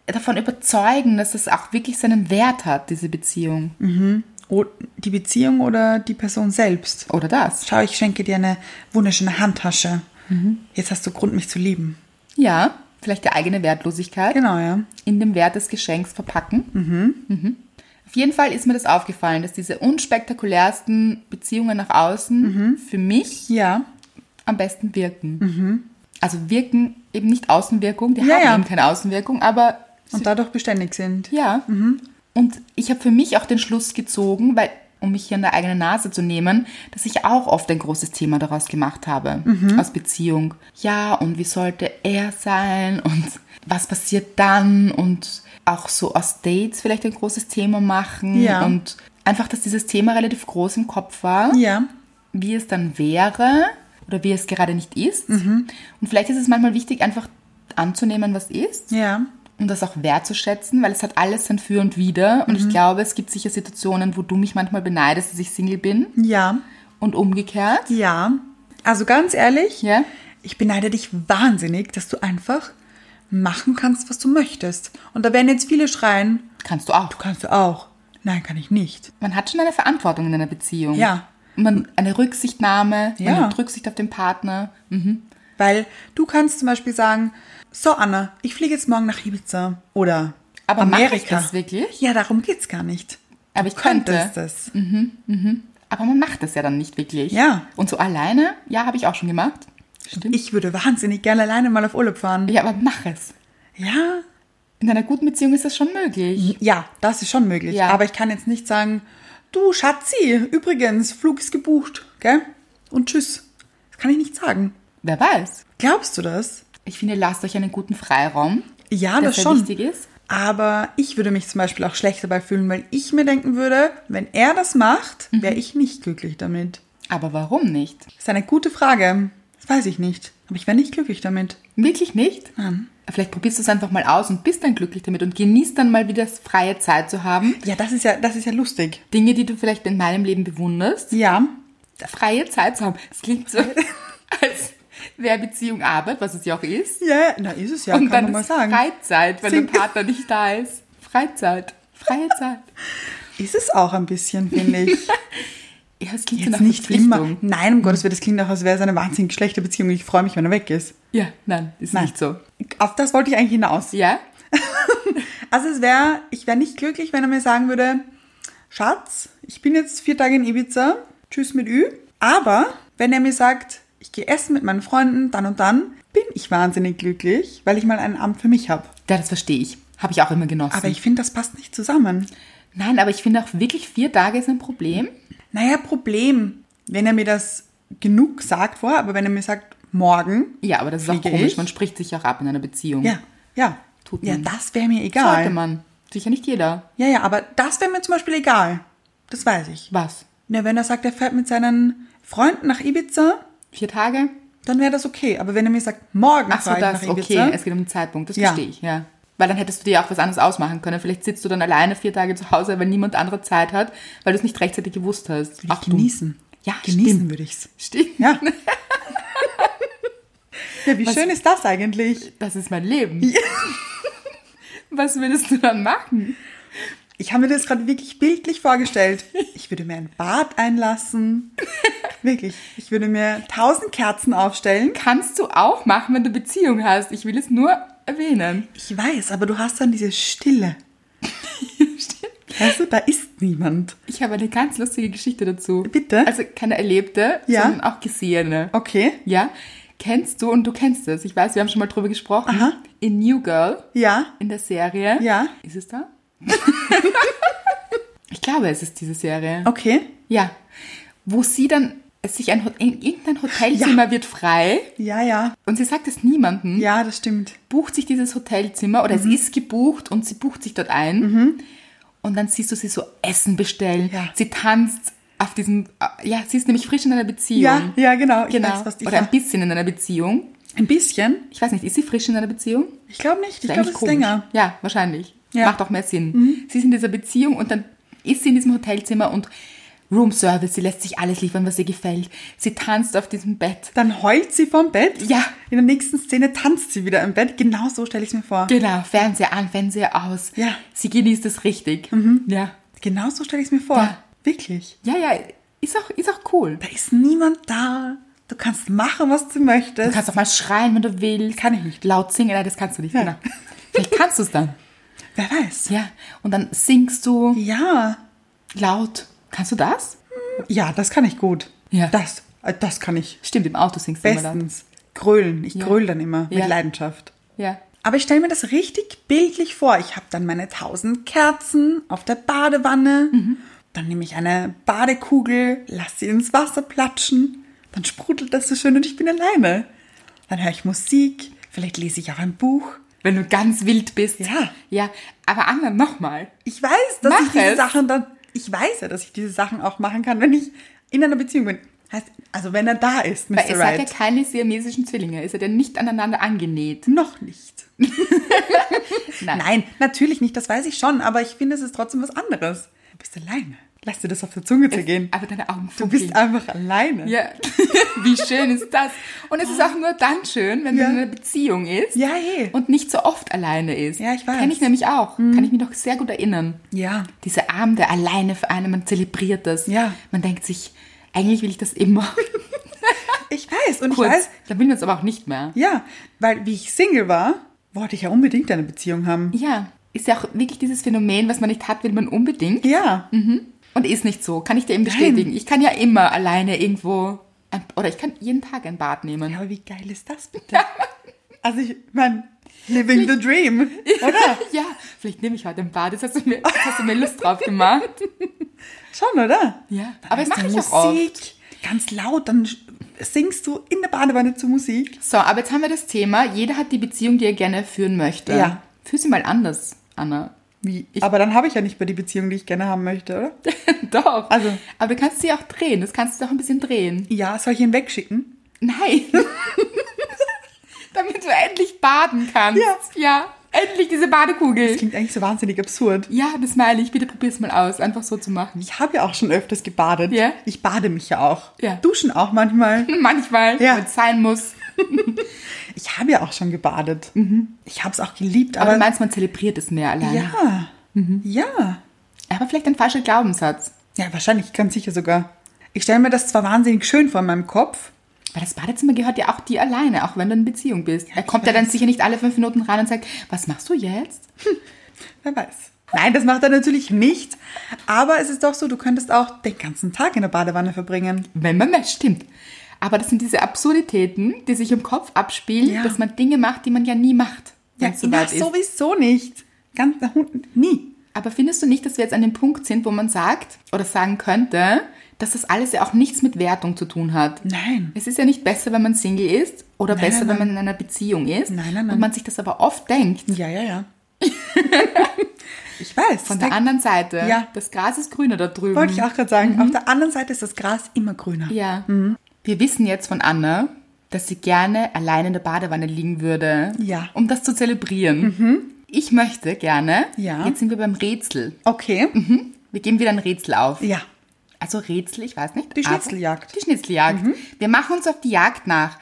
Speaker 1: davon überzeugen, dass das auch wirklich seinen Wert hat, diese Beziehung.
Speaker 2: Mhm. O- die Beziehung oder die Person selbst.
Speaker 1: Oder das.
Speaker 2: Schau, ich schenke dir eine wunderschöne Handtasche.
Speaker 1: Mhm.
Speaker 2: Jetzt hast du Grund, mich zu lieben.
Speaker 1: Ja, vielleicht die eigene Wertlosigkeit
Speaker 2: Genau, ja.
Speaker 1: in dem Wert des Geschenks verpacken. Mhm. Auf jeden Fall ist mir das aufgefallen, dass diese unspektakulärsten Beziehungen nach außen
Speaker 2: Mhm.
Speaker 1: für mich
Speaker 2: Ja.
Speaker 1: am besten wirken. Also wirken eben nicht Außenwirkung, die
Speaker 2: Mhm. Ja,
Speaker 1: haben
Speaker 2: ja.
Speaker 1: eben keine Außenwirkung, aber
Speaker 2: Und dadurch beständig sind.
Speaker 1: Ja.
Speaker 2: Mhm.
Speaker 1: Und ich habe für mich auch den Schluss gezogen, weil um mich hier an der eigenen Nase zu nehmen, dass ich auch oft ein großes Thema daraus gemacht habe,
Speaker 2: Mhm.
Speaker 1: aus Beziehung. Ja, und wie sollte er sein und was passiert dann und auch so aus Dates vielleicht ein großes Thema machen
Speaker 2: Ja.
Speaker 1: und einfach, dass dieses Thema relativ groß im Kopf war
Speaker 2: Ja.
Speaker 1: wie es dann wäre oder wie es gerade nicht ist.
Speaker 2: Mhm.
Speaker 1: Und vielleicht ist es manchmal wichtig, einfach anzunehmen, was ist
Speaker 2: Ja.
Speaker 1: und um das auch wertzuschätzen, weil es hat alles sein Für und Wider. Und ich
Speaker 2: Mhm.
Speaker 1: glaube, es gibt sicher Situationen, wo du mich manchmal beneidest, dass ich Single bin
Speaker 2: Ja.
Speaker 1: und umgekehrt.
Speaker 2: Ja. Also ganz ehrlich,
Speaker 1: Ja.
Speaker 2: ich beneide dich wahnsinnig, dass du einfach machen kannst, was du möchtest. Und da werden jetzt viele schreien,
Speaker 1: Kannst du auch.
Speaker 2: du kannst du auch. Nein, kann ich nicht.
Speaker 1: Man hat schon eine Verantwortung in einer Beziehung.
Speaker 2: Ja.
Speaker 1: Man, eine Rücksichtnahme,
Speaker 2: Ja.
Speaker 1: man hat Rücksicht auf den Partner. Mhm.
Speaker 2: Weil du kannst zum Beispiel sagen, so Anna, ich fliege jetzt morgen nach Ibiza oder
Speaker 1: Aber mache ich
Speaker 2: Amerika.
Speaker 1: das wirklich?
Speaker 2: Ja, darum geht's gar nicht.
Speaker 1: Aber ich könnte.
Speaker 2: Könntest es.
Speaker 1: Aber man macht das ja dann nicht wirklich.
Speaker 2: Ja.
Speaker 1: Und so alleine, ja, habe ich auch schon gemacht. Stimmt.
Speaker 2: Ich würde wahnsinnig gerne alleine mal auf Urlaub fahren.
Speaker 1: ja, aber mach es.
Speaker 2: Ja,
Speaker 1: In einer guten Beziehung ist das schon möglich.
Speaker 2: ja, das ist schon möglich.
Speaker 1: Ja.
Speaker 2: Aber ich kann jetzt nicht sagen, du Schatzi, übrigens, Flug ist gebucht, gell? Und tschüss. Das kann ich nicht sagen.
Speaker 1: Wer weiß.
Speaker 2: Glaubst du das?
Speaker 1: Ich finde, lasst euch einen guten Freiraum,
Speaker 2: Ja,
Speaker 1: der
Speaker 2: das
Speaker 1: sehr
Speaker 2: schon.
Speaker 1: wichtig ist.
Speaker 2: Aber ich würde mich zum Beispiel auch schlecht dabei fühlen, weil ich mir denken würde, wenn er das macht, wäre ich nicht glücklich damit.
Speaker 1: Aber warum nicht?
Speaker 2: Das ist eine gute Frage. Das weiß ich nicht. Aber ich wäre nicht glücklich damit.
Speaker 1: Wirklich nicht? Vielleicht probierst du es einfach mal aus und bist dann glücklich damit und genießt dann mal wieder freie Zeit zu haben.
Speaker 2: Ja, das ist ja, das ist ja lustig.
Speaker 1: Dinge, die du vielleicht in meinem Leben bewunderst.
Speaker 2: Ja.
Speaker 1: Freie Zeit zu haben. Das klingt
Speaker 2: (laughs)
Speaker 1: so, als wäre Beziehung Arbeit, was es ja auch ist.
Speaker 2: Ja, na ist es ja,
Speaker 1: und dann
Speaker 2: kann man mal
Speaker 1: ist
Speaker 2: sagen.
Speaker 1: Freizeit, wenn
Speaker 2: Sing-
Speaker 1: der Partner nicht da ist. Freizeit.
Speaker 2: (laughs)
Speaker 1: Freie Zeit.
Speaker 2: Ist es auch ein bisschen, finde ich.
Speaker 1: Ja, es klingt so
Speaker 2: Jetzt
Speaker 1: nach
Speaker 2: nicht immer.
Speaker 1: Verpflichtung.
Speaker 2: Nein, um Gottes Willen, das klingt auch, als wäre es eine wahnsinnig schlechte Beziehung. Ich freue mich, wenn er weg ist.
Speaker 1: Ja, nein, ist
Speaker 2: Nein.
Speaker 1: nicht so.
Speaker 2: Auf das wollte ich eigentlich hinaus.
Speaker 1: Ja?
Speaker 2: Also es wäre, ich wäre nicht glücklich, wenn er mir sagen würde, Schatz, ich bin jetzt vier Tage in Ibiza, tschüss mit Ü. Aber wenn er mir sagt, ich gehe essen mit meinen Freunden, dann und dann, bin ich wahnsinnig glücklich, weil ich mal einen Abend für mich habe.
Speaker 1: Ja, das verstehe ich. Habe ich auch immer genossen.
Speaker 2: Aber ich finde, das passt nicht zusammen.
Speaker 1: Nein, aber ich finde auch wirklich vier Tage ist ein Problem.
Speaker 2: Naja, Problem, wenn er mir das genug sagt vorher, aber wenn er mir sagt, morgen,
Speaker 1: Ja, aber das ist auch
Speaker 2: Fliege
Speaker 1: komisch.
Speaker 2: ich?
Speaker 1: Man spricht sich auch ab in einer Beziehung.
Speaker 2: ja, ja,
Speaker 1: Tut
Speaker 2: ja,
Speaker 1: man.
Speaker 2: das wäre mir egal.
Speaker 1: Sollte man. Sicher nicht jeder.
Speaker 2: Ja, ja, aber das wäre mir zum Beispiel egal. Das weiß ich.
Speaker 1: Was?
Speaker 2: Na, wenn er sagt, er fährt mit seinen Freunden nach Ibiza,
Speaker 1: Vier Tage?
Speaker 2: dann wäre das okay. Aber wenn er mir sagt, morgen
Speaker 1: Ach so,
Speaker 2: fahre ich
Speaker 1: das,
Speaker 2: nach
Speaker 1: okay.
Speaker 2: Ibiza,
Speaker 1: Es geht um den Zeitpunkt. Das
Speaker 2: Ja.
Speaker 1: verstehe ich, ja. Weil dann hättest du dir auch was anderes ausmachen können. Vielleicht sitzt du dann alleine vier Tage zu Hause, weil niemand andere Zeit hat, weil du es nicht rechtzeitig gewusst hast.
Speaker 2: Würde ich genießen.
Speaker 1: Ja,
Speaker 2: genießen
Speaker 1: stimmt.
Speaker 2: würde ich's.
Speaker 1: Stimmt. (laughs)
Speaker 2: Ja. ja, wie schön ist das eigentlich?
Speaker 1: Das ist mein Leben. (laughs) Was würdest du dann machen?
Speaker 2: Ich habe mir das gerade wirklich bildlich vorgestellt. Ich würde mir ein
Speaker 1: (laughs)
Speaker 2: Bad einlassen. Wirklich. Ich würde mir tausend Kerzen aufstellen.
Speaker 1: Kannst du auch machen, wenn du Beziehung hast. Ich will es nur erwähnen.
Speaker 2: Ich weiß, aber du hast dann
Speaker 1: (laughs)
Speaker 2: diese Stille.
Speaker 1: Stimmt.
Speaker 2: Weißt du, da ist niemand.
Speaker 1: Ich habe eine ganz lustige Geschichte dazu.
Speaker 2: Bitte?
Speaker 1: Also keine erlebte,
Speaker 2: Ja.
Speaker 1: sondern auch gesehene.
Speaker 2: Okay.
Speaker 1: Ja. Kennst du und du kennst es. Ich weiß, wir haben schon mal drüber gesprochen.
Speaker 2: Aha.
Speaker 1: In New Girl,
Speaker 2: Ja.
Speaker 1: in der Serie.
Speaker 2: Ja.
Speaker 1: Ist es da? (laughs) ich glaube, es ist diese Serie.
Speaker 2: Okay.
Speaker 1: Ja. Wo sie dann es sich ein Ho- in- irgendein Hotelzimmer wird frei
Speaker 2: Ja, ja.
Speaker 1: und sie sagt es niemandem.
Speaker 2: Ja, das stimmt.
Speaker 1: bucht sich dieses Hotelzimmer oder
Speaker 2: Mhm.
Speaker 1: es ist gebucht und sie bucht sich dort ein. Und dann siehst du sie so Essen bestellen.
Speaker 2: Ja.
Speaker 1: Sie tanzt auf diesem, äh, ja, sie ist nämlich frisch in einer Beziehung.
Speaker 2: Ja, ja, genau. Ich
Speaker 1: genau.
Speaker 2: weiß, was die
Speaker 1: oder ein
Speaker 2: sagt.
Speaker 1: bisschen in einer Beziehung.
Speaker 2: Ein bisschen?
Speaker 1: Ich weiß nicht, ist sie frisch in einer Beziehung?
Speaker 2: Ich glaube nicht. Ich
Speaker 1: Ist
Speaker 2: glaube,
Speaker 1: eigentlich
Speaker 2: es ist länger.
Speaker 1: Ja, wahrscheinlich.
Speaker 2: Ja. Mhm.
Speaker 1: Macht auch mehr Sinn. Sie ist in dieser Beziehung und dann ist sie in diesem Hotelzimmer und Room Service, sie lässt sich alles liefern, was ihr gefällt. Sie tanzt auf diesem Bett.
Speaker 2: Dann heult sie vom Bett.
Speaker 1: Ja.
Speaker 2: In der nächsten Szene tanzt sie wieder im Bett. Genau so stelle ich es mir vor.
Speaker 1: Genau, Fernseher an, Fernseher aus.
Speaker 2: Ja.
Speaker 1: Sie genießt es richtig. Ja.
Speaker 2: genau so stelle ich es mir vor.
Speaker 1: Ja.
Speaker 2: Wirklich.
Speaker 1: Ja, ja, ist auch, ist auch cool.
Speaker 2: Da ist niemand da. Du kannst machen, was du möchtest.
Speaker 1: Du kannst auch mal schreien, wenn du willst.
Speaker 2: Kann ich nicht.
Speaker 1: Laut singen, nein, das kannst du nicht.
Speaker 2: Ja.
Speaker 1: Genau. Vielleicht kannst du es dann.
Speaker 2: Wer weiß.
Speaker 1: Ja. Und dann singst du
Speaker 2: Ja.
Speaker 1: laut. Kannst du das?
Speaker 2: Ja, das kann ich gut.
Speaker 1: Ja.
Speaker 2: Das, äh, das kann ich.
Speaker 1: Stimmt, im Auto singst du immer laut.
Speaker 2: Bestens. Grölen. Ich
Speaker 1: Ja.
Speaker 2: gröle dann immer
Speaker 1: Ja.
Speaker 2: mit Leidenschaft.
Speaker 1: Ja.
Speaker 2: Aber ich stelle mir das richtig bildlich vor. Ich habe dann meine tausend Kerzen auf der Badewanne.
Speaker 1: Mhm.
Speaker 2: Dann nehme ich eine Badekugel, lasse sie ins Wasser platschen. Dann sprudelt das so schön und ich bin alleine. Dann höre ich Musik. Vielleicht lese ich auch ein Buch.
Speaker 1: Wenn du ganz wild bist.
Speaker 2: Ja.
Speaker 1: Ja. Aber Anna, nochmal.
Speaker 2: Ich weiß, dass
Speaker 1: Mach
Speaker 2: ich diese
Speaker 1: es.
Speaker 2: Sachen dann. Ich weiß ja, dass ich diese Sachen auch machen kann, wenn ich in einer Beziehung bin. Heißt, also wenn er da ist, Mr.
Speaker 1: Weil es hat ja
Speaker 2: Right.
Speaker 1: keine siamesischen Zwillinge. Es hat ja nicht aneinander angenäht.
Speaker 2: Noch nicht.
Speaker 1: (laughs) Nein.
Speaker 2: Nein, natürlich nicht, das weiß ich schon, aber ich finde, es ist trotzdem was anderes. Du bist alleine. Lass dir das auf der Zunge zergehen.
Speaker 1: Aber deine Augen
Speaker 2: Du
Speaker 1: funkeln.
Speaker 2: bist einfach alleine.
Speaker 1: Ja. (laughs) Wie schön ist das? Und es ist auch nur dann schön, wenn
Speaker 2: Ah. Ja.
Speaker 1: man in einer Beziehung ist.
Speaker 2: Ja, eh.
Speaker 1: Und nicht so oft alleine ist.
Speaker 2: Ja, ich weiß. Mhm.
Speaker 1: Kenne ich nämlich auch. Kann ich mich noch sehr gut erinnern.
Speaker 2: Ja.
Speaker 1: Diese Abende alleine für einen, man zelebriert das.
Speaker 2: Ja.
Speaker 1: Man denkt sich, eigentlich will ich das
Speaker 2: (laughs)
Speaker 1: immer.
Speaker 2: Ich weiß und
Speaker 1: Kurz.
Speaker 2: ich weiß,
Speaker 1: Dann will man es aber auch nicht mehr.
Speaker 2: ja, weil wie ich Single war, wollte ich ja unbedingt eine Beziehung haben.
Speaker 1: Ja. Ist ja auch wirklich dieses Phänomen, was man nicht hat, will man unbedingt.
Speaker 2: Ja.
Speaker 1: Mhm. Und ist nicht so. Kann ich dir eben bestätigen. Ich kann ja immer alleine irgendwo, ein, oder ich kann jeden Tag ein Bad nehmen.
Speaker 2: (laughs) Ja, Aber wie geil ist das
Speaker 1: (laughs)
Speaker 2: bitte? Also ich mein living the dream, oder?
Speaker 1: Ja, vielleicht nehme ich heute ein Bad. Das hast du mir, das hast du mir Lust drauf gemacht.
Speaker 2: (laughs) Schon, oder?
Speaker 1: Ja.
Speaker 2: Dann
Speaker 1: Aber
Speaker 2: hörst
Speaker 1: mache
Speaker 2: du
Speaker 1: ich auch oft.
Speaker 2: Musik, ganz laut, dann sch- singst du in der Badewanne zu Musik.
Speaker 1: So, aber jetzt haben wir das Thema. Jeder hat die Beziehung, die er gerne führen möchte.
Speaker 2: Ja.
Speaker 1: Führ sie mal anders, Anna. (laughs)
Speaker 2: Wie? Aber dann habe ich ja nicht mehr die Beziehung, die ich gerne haben möchte, oder? (laughs)
Speaker 1: Doch.
Speaker 2: Also-
Speaker 1: Aber du kannst sie auch drehen. Das kannst du doch ein bisschen drehen.
Speaker 2: Ja, soll ich ihn wegschicken?
Speaker 1: Nein. (laughs) Damit du endlich baden kannst.
Speaker 2: Ja.
Speaker 1: ja. Endlich diese Badekugel.
Speaker 2: Klingt eigentlich so wahnsinnig absurd.
Speaker 1: Ja, das meine ich. Bitte probier's mal aus. Einfach so zu machen. (laughs)
Speaker 2: Ich habe ja auch schon öfters gebadet.
Speaker 1: Ja.
Speaker 2: Ich bade mich ja auch.
Speaker 1: Ja.
Speaker 2: Duschen auch (laughs) manchmal.
Speaker 1: Manchmal,
Speaker 2: Ja.
Speaker 1: wenn es sein muss.
Speaker 2: Ich habe ja auch schon gebadet. Ich habe es auch geliebt,
Speaker 1: Aber,
Speaker 2: Mhm. aber.
Speaker 1: du meinst, man zelebriert es mehr alleine.
Speaker 2: ja. Mhm. Ja.
Speaker 1: Aber vielleicht ein falscher Glaubenssatz.
Speaker 2: Ja, wahrscheinlich, ganz sicher sogar. Ich stelle mir das zwar wahnsinnig schön vor in meinem Kopf.
Speaker 1: Weil das Badezimmer gehört ja auch dir alleine, auch wenn du in Beziehung bist. er kommt ja dann sicher nicht alle fünf Minuten rein und sagt, was machst du jetzt?
Speaker 2: Wer weiß. Nein, das macht er natürlich nicht. Aber es ist doch so, du könntest auch den ganzen Tag in der Badewanne verbringen.
Speaker 1: Wenn man möchte, stimmt. Aber das sind diese Absurditäten, die sich im Kopf abspielen,
Speaker 2: Ja.
Speaker 1: dass man Dinge macht, die man ja nie macht, wenn
Speaker 2: Ja,
Speaker 1: es
Speaker 2: na,
Speaker 1: soweit ist.
Speaker 2: sowieso nicht. Ganz nach unten. Nie.
Speaker 1: Aber findest du nicht, dass wir jetzt an dem Punkt sind, wo man sagt oder sagen könnte, dass das alles ja auch nichts mit Wertung zu tun hat?
Speaker 2: Nein.
Speaker 1: Es ist ja nicht besser, wenn man Single ist oder
Speaker 2: Nein,
Speaker 1: besser,
Speaker 2: nein,
Speaker 1: wenn man in einer Beziehung ist.
Speaker 2: Nein, nein, nein.
Speaker 1: Und man sich das aber oft denkt,
Speaker 2: Ja, ja, ja. (laughs) ich weiß.
Speaker 1: von der anderen Seite,
Speaker 2: Ja.
Speaker 1: das Gras ist grüner da drüben.
Speaker 2: Wollte ich auch gerade sagen. Auf der anderen Seite ist das Gras immer grüner.
Speaker 1: Mhm. Ja.
Speaker 2: Mhm.
Speaker 1: Wir wissen jetzt von Anna, dass sie gerne allein in der Badewanne liegen würde,
Speaker 2: Ja. Mhm.
Speaker 1: um das zu zelebrieren. Ich möchte gerne.
Speaker 2: Ja.
Speaker 1: Jetzt sind wir beim Rätsel.
Speaker 2: Okay.
Speaker 1: Mhm. Wir geben wieder ein Rätsel auf.
Speaker 2: Ja.
Speaker 1: Also Rätsel, ich weiß nicht.
Speaker 2: Die
Speaker 1: aber-
Speaker 2: Schnitzeljagd. Mhm.
Speaker 1: Die Schnitzeljagd. Wir machen uns auf die Jagd nach.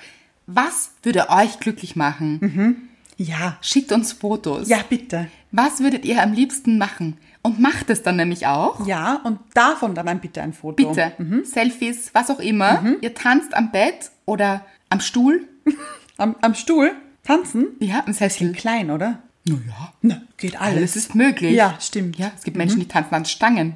Speaker 1: Was würde euch glücklich machen?
Speaker 2: Ja.
Speaker 1: Schickt uns Fotos.
Speaker 2: Mhm. Ja, bitte.
Speaker 1: Was würdet ihr am liebsten machen? Und macht es dann nämlich auch.
Speaker 2: Ja, Mhm. und davon dann ein bitte ein Foto.
Speaker 1: Bitte. Selfies, was auch immer.
Speaker 2: Mhm.
Speaker 1: Ihr tanzt am Bett oder am Stuhl.
Speaker 2: Am, am Stuhl tanzen?
Speaker 1: Ja, ein Sessel.
Speaker 2: Klein, oder?
Speaker 1: Naja,
Speaker 2: Na, geht alles.
Speaker 1: alles ist möglich.
Speaker 2: Ja, stimmt. Mhm.
Speaker 1: Ja, es gibt Menschen, die tanzen an Stangen.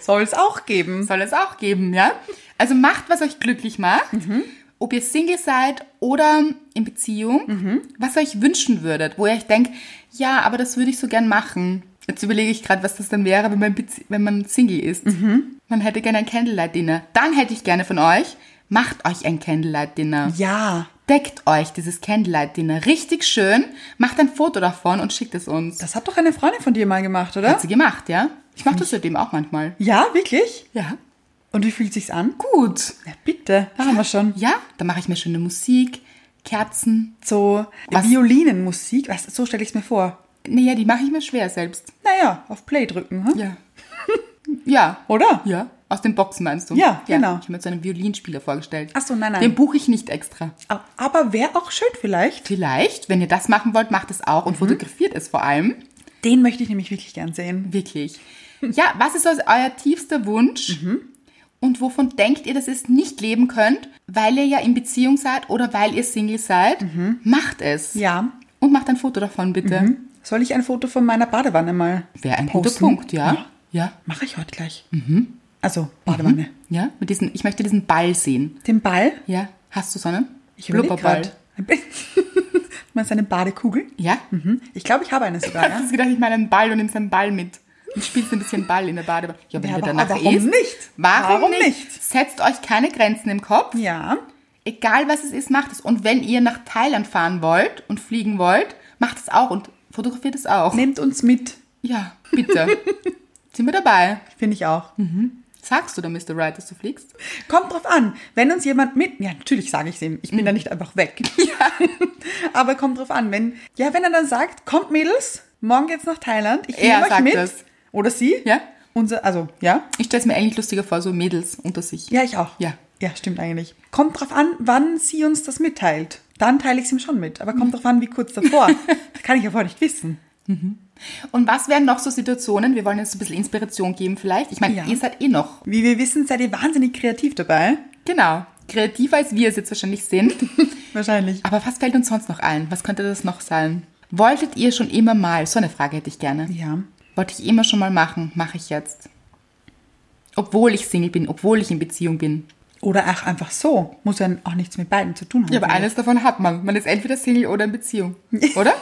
Speaker 2: Soll es auch geben.
Speaker 1: Soll es auch geben, ja? Also macht, was euch glücklich macht.
Speaker 2: Mhm.
Speaker 1: Ob ihr Single seid oder in Beziehung,
Speaker 2: Mhm.
Speaker 1: was ihr euch wünschen würdet, wo ihr euch denkt, ja, aber das würde ich so gern machen. Jetzt überlege ich gerade, was das dann wäre, wenn man, Bezie- wenn man Single ist.
Speaker 2: Mhm.
Speaker 1: Man hätte gerne ein Candlelight-Dinner. Dann hätte ich gerne von euch, macht euch ein Candlelight-Dinner.
Speaker 2: Ja,
Speaker 1: Deckt euch dieses Candlelight-Dinner richtig schön, macht ein Foto davon und schickt es uns.
Speaker 2: das hat doch eine Freundin von dir mal gemacht, oder?
Speaker 1: Hat sie gemacht, ja? Ich mache das seitdem auch manchmal.
Speaker 2: Ja, wirklich?
Speaker 1: Ja.
Speaker 2: Und wie fühlt sich's an?
Speaker 1: Gut.
Speaker 2: Na, bitte. Da haben wir schon.
Speaker 1: Ja, da mache ich mir schöne Musik, Kerzen.
Speaker 2: So
Speaker 1: Was?
Speaker 2: Violinenmusik, was, so stelle ich es mir vor.
Speaker 1: Naja, die mache ich mir schwer selbst.
Speaker 2: Naja, auf Play drücken, hm?
Speaker 1: Ja. (laughs) ja.
Speaker 2: oder?
Speaker 1: Ja. Aus den Boxen meinst du?
Speaker 2: Ja, genau.
Speaker 1: Ich habe mir so einen Violinspieler vorgestellt.
Speaker 2: Ach so, nein, nein.
Speaker 1: Den buche ich nicht extra.
Speaker 2: A- Aber wäre auch schön vielleicht.
Speaker 1: Vielleicht, wenn ihr das machen wollt, macht es auch und
Speaker 2: Mhm.
Speaker 1: fotografiert es vor allem.
Speaker 2: Den möchte ich nämlich wirklich gern sehen.
Speaker 1: Wirklich. Ja, was ist also euer tiefster Wunsch?
Speaker 2: Mhm.
Speaker 1: Und wovon denkt ihr, dass ihr es nicht leben könnt, weil ihr ja in Beziehung seid oder weil ihr Single seid? Macht es.
Speaker 2: Mhm. Ja.
Speaker 1: Und macht ein Foto davon, bitte.
Speaker 2: Soll ich ein Foto von meiner Badewanne mal?
Speaker 1: Wäre ein guter
Speaker 2: Mhm. posten?
Speaker 1: Punkt, ja. Mhm. Ja.
Speaker 2: Mache ich heute gleich. Also, Badewanne.
Speaker 1: Ja, mit diesem, ich möchte diesen Ball sehen.
Speaker 2: Den Ball?
Speaker 1: Ja, hast du so einen?
Speaker 2: Ich überleg grad. Ein bisschen. Du (laughs) meinst eine Badekugel?
Speaker 1: Ja?
Speaker 2: Mhm. Ich glaube, ich habe eine sogar,
Speaker 1: Hast
Speaker 2: ja.
Speaker 1: du gedacht, ich meine einen Ball und nimmst einen Ball mit und spielst ein bisschen Ball in der Badewanne? Ja, (laughs) wenn
Speaker 2: Ja,
Speaker 1: du
Speaker 2: aber-
Speaker 1: danach
Speaker 2: aber warum
Speaker 1: isst,
Speaker 2: nicht?
Speaker 1: Warum,
Speaker 2: Warum
Speaker 1: nicht?
Speaker 2: nicht?
Speaker 1: Setzt euch keine Grenzen im Kopf.
Speaker 2: Ja.
Speaker 1: Egal was es ist, macht es. Und wenn ihr nach Thailand fahren wollt und fliegen wollt, macht es auch und fotografiert es auch.
Speaker 2: Nehmt uns mit.
Speaker 1: Ja,
Speaker 2: (laughs)
Speaker 1: bitte. Sind wir dabei?
Speaker 2: Finde ich auch.
Speaker 1: Sagst du da, Mr. Wright, dass du fliegst?
Speaker 2: Kommt drauf an. Wenn uns jemand mit. Ja, natürlich sage ich es ihm. Ich
Speaker 1: Mhm.
Speaker 2: bin da nicht einfach
Speaker 1: (laughs)
Speaker 2: weg. (laughs) aber kommt drauf an. Wenn, ja, wenn er dann sagt, kommt Mädels, morgen geht's nach Thailand. Ich
Speaker 1: Er
Speaker 2: nehme euch
Speaker 1: sagt
Speaker 2: mit.
Speaker 1: das.
Speaker 2: Oder sie.
Speaker 1: Ja.
Speaker 2: Unser, also, ja.
Speaker 1: Ich stelle es mir eigentlich lustiger vor, so Mädels unter sich.
Speaker 2: Ja, ich auch.
Speaker 1: Ja.
Speaker 2: Ja, stimmt eigentlich. Kommt drauf an, wann sie uns das mitteilt. Dann teile ich es ihm schon mit. Aber
Speaker 1: Mhm.
Speaker 2: kommt drauf an, wie kurz
Speaker 1: (laughs)
Speaker 2: davor. das kann ich ja vorher nicht wissen.
Speaker 1: Und was wären noch so Situationen? Wir wollen jetzt ein bisschen Inspiration geben vielleicht. Ich meine,
Speaker 2: Ja.
Speaker 1: ihr seid eh noch.
Speaker 2: Wie wir wissen, seid ihr wahnsinnig kreativ dabei.
Speaker 1: Genau. Kreativer als wir es jetzt wahrscheinlich
Speaker 2: (laughs)
Speaker 1: sind.
Speaker 2: Wahrscheinlich.
Speaker 1: Aber was fällt uns sonst noch ein? Was könnte das noch sein? Wolltet ihr schon immer mal, so eine Frage hätte ich gerne.
Speaker 2: Ja.
Speaker 1: Wollte ich immer schon mal machen, mache ich jetzt. Obwohl ich Single bin, obwohl ich in Beziehung bin.
Speaker 2: Oder auch einfach so. Muss ja auch nichts mit beiden zu tun haben.
Speaker 1: eines davon hat man. Man ist entweder Single oder in Beziehung. Oder?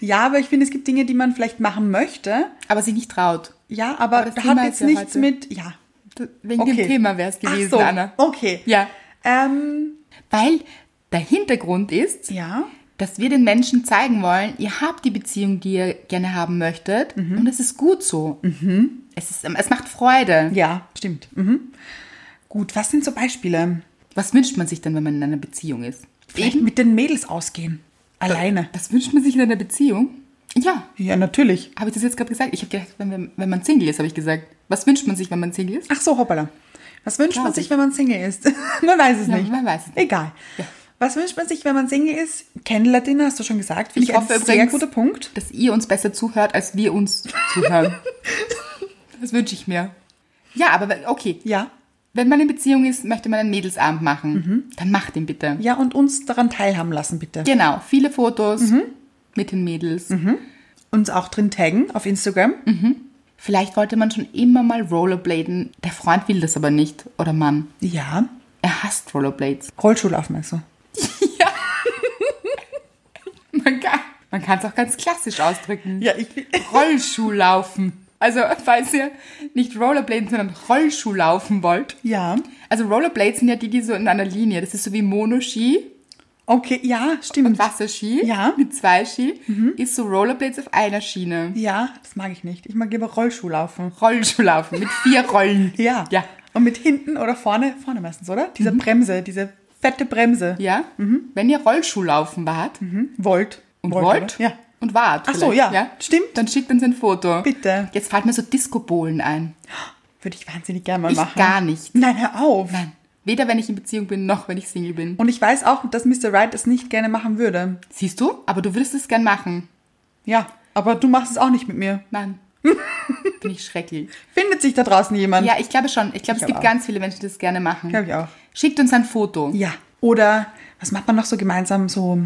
Speaker 2: Ja, aber ich finde, es gibt Dinge, die man vielleicht machen möchte.
Speaker 1: aber sich nicht traut.
Speaker 2: Ja, aber,
Speaker 1: Aber das
Speaker 2: hat
Speaker 1: Thema
Speaker 2: jetzt
Speaker 1: ist ja
Speaker 2: nichts
Speaker 1: heute-
Speaker 2: mit. Ja.
Speaker 1: Wegen dem Thema wäre es gewesen,
Speaker 2: Ach so.
Speaker 1: Anna.
Speaker 2: Okay.
Speaker 1: Ja.
Speaker 2: Ähm,
Speaker 1: Weil der Hintergrund ist,
Speaker 2: ja.
Speaker 1: dass wir den Menschen zeigen wollen, ihr habt die Beziehung, die ihr gerne haben möchtet
Speaker 2: Mhm.
Speaker 1: und es ist gut so. Es, ist, es macht Freude.
Speaker 2: Ja, stimmt. Mhm. Gut, was sind so Beispiele?
Speaker 1: Was wünscht man sich denn, wenn man in einer Beziehung ist?
Speaker 2: Vielleicht mit den Mädels ausgehen. Alleine.
Speaker 1: Was wünscht man sich in einer Beziehung? Ja,
Speaker 2: Ja, natürlich.
Speaker 1: habe ich das jetzt gerade gesagt? Ich habe gedacht, wenn, wir, wenn man Single ist, habe ich gesagt. Was wünscht man sich, wenn man Single ist?
Speaker 2: Ach so, hoppala. Was wünscht
Speaker 1: Glaub
Speaker 2: man sich,
Speaker 1: ich.
Speaker 2: wenn man Single ist? (laughs) man weiß es
Speaker 1: Ja,
Speaker 2: nicht.
Speaker 1: man weiß es nicht.
Speaker 2: Egal. Was wünscht man sich, wenn man Single ist? Candlelight-Dinner, hast du schon gesagt. Finde ich,
Speaker 1: Ich
Speaker 2: ein
Speaker 1: hoffe
Speaker 2: sehr
Speaker 1: übrigens-
Speaker 2: guter Punkt.
Speaker 1: Dass ihr uns besser zuhört, als wir uns
Speaker 2: (laughs)
Speaker 1: zuhören. das wünsche ich mir. Ja, aber okay.
Speaker 2: Ja.
Speaker 1: Wenn man in Beziehung ist, möchte man einen Mädelsabend machen. Dann macht ihn bitte.
Speaker 2: Ja, und uns daran teilhaben lassen, bitte.
Speaker 1: Genau, viele Fotos mit den Mädels.
Speaker 2: Uns auch drin taggen auf Instagram.
Speaker 1: Mhm. Vielleicht wollte man schon immer mal Rollerbladen. Der Freund will das aber nicht. Oder Mann.
Speaker 2: Ja.
Speaker 1: Er hasst Rollerblades.
Speaker 2: Rollschuhlauf meinst du?
Speaker 1: (laughs) Man kann man kann es auch ganz klassisch ausdrücken.
Speaker 2: Ja, ich will.
Speaker 1: Rollschuh laufen. Also, falls ihr nicht Rollerbladen, sondern Rollschuh laufen wollt.
Speaker 2: Ja.
Speaker 1: Also Rollerblades sind ja die, die so in einer Linie. Das ist so wie Monoski
Speaker 2: Okay, ja,
Speaker 1: und
Speaker 2: stimmt.
Speaker 1: Wasserski
Speaker 2: Ja.
Speaker 1: mit zwei Ski. Ist so Rollerblades auf einer Schiene.
Speaker 2: Ja, das mag ich nicht. Ich mag lieber Rollschuhlaufen.
Speaker 1: Rollschuh laufen mit vier Rollen.
Speaker 2: (laughs) Ja.
Speaker 1: Ja. Mhm.
Speaker 2: Und mit hinten oder vorne, vorne meistens, oder? Diese Bremse, diese fette Bremse. Mhm.
Speaker 1: Ja. Wenn ihr Rollschuh laufen wart
Speaker 2: Volt.
Speaker 1: und
Speaker 2: Volt?
Speaker 1: wollt,
Speaker 2: oder? Mhm. Ja.
Speaker 1: und wart.
Speaker 2: Ach so,
Speaker 1: vielleicht,
Speaker 2: ja. Stimmt.
Speaker 1: Dann schickt uns ein Foto.
Speaker 2: Bitte.
Speaker 1: Jetzt fällt mir so Disco-Bohlen ein.
Speaker 2: Würde ich wahnsinnig gerne mal
Speaker 1: Ich
Speaker 2: machen.
Speaker 1: gar nicht.
Speaker 2: Nein, hör auf.
Speaker 1: Nein. Weder wenn ich in Beziehung bin, noch wenn ich Single bin.
Speaker 2: Und ich weiß auch, dass Mr. Wright es nicht gerne machen würde.
Speaker 1: Siehst du? Aber du würdest es gern machen.
Speaker 2: Ja, aber du machst es auch nicht mit mir. (laughs)
Speaker 1: Nein. bin ich schrecklich.
Speaker 2: Findet sich da draußen jemand?
Speaker 1: Ja, ich glaube schon. Ich glaube,
Speaker 2: Ich
Speaker 1: es
Speaker 2: glaube
Speaker 1: gibt
Speaker 2: auch.
Speaker 1: ganz viele Menschen, die das gerne machen.
Speaker 2: Glaube ich auch.
Speaker 1: Schickt uns ein Foto.
Speaker 2: Ja. Oder was macht man noch so gemeinsam? So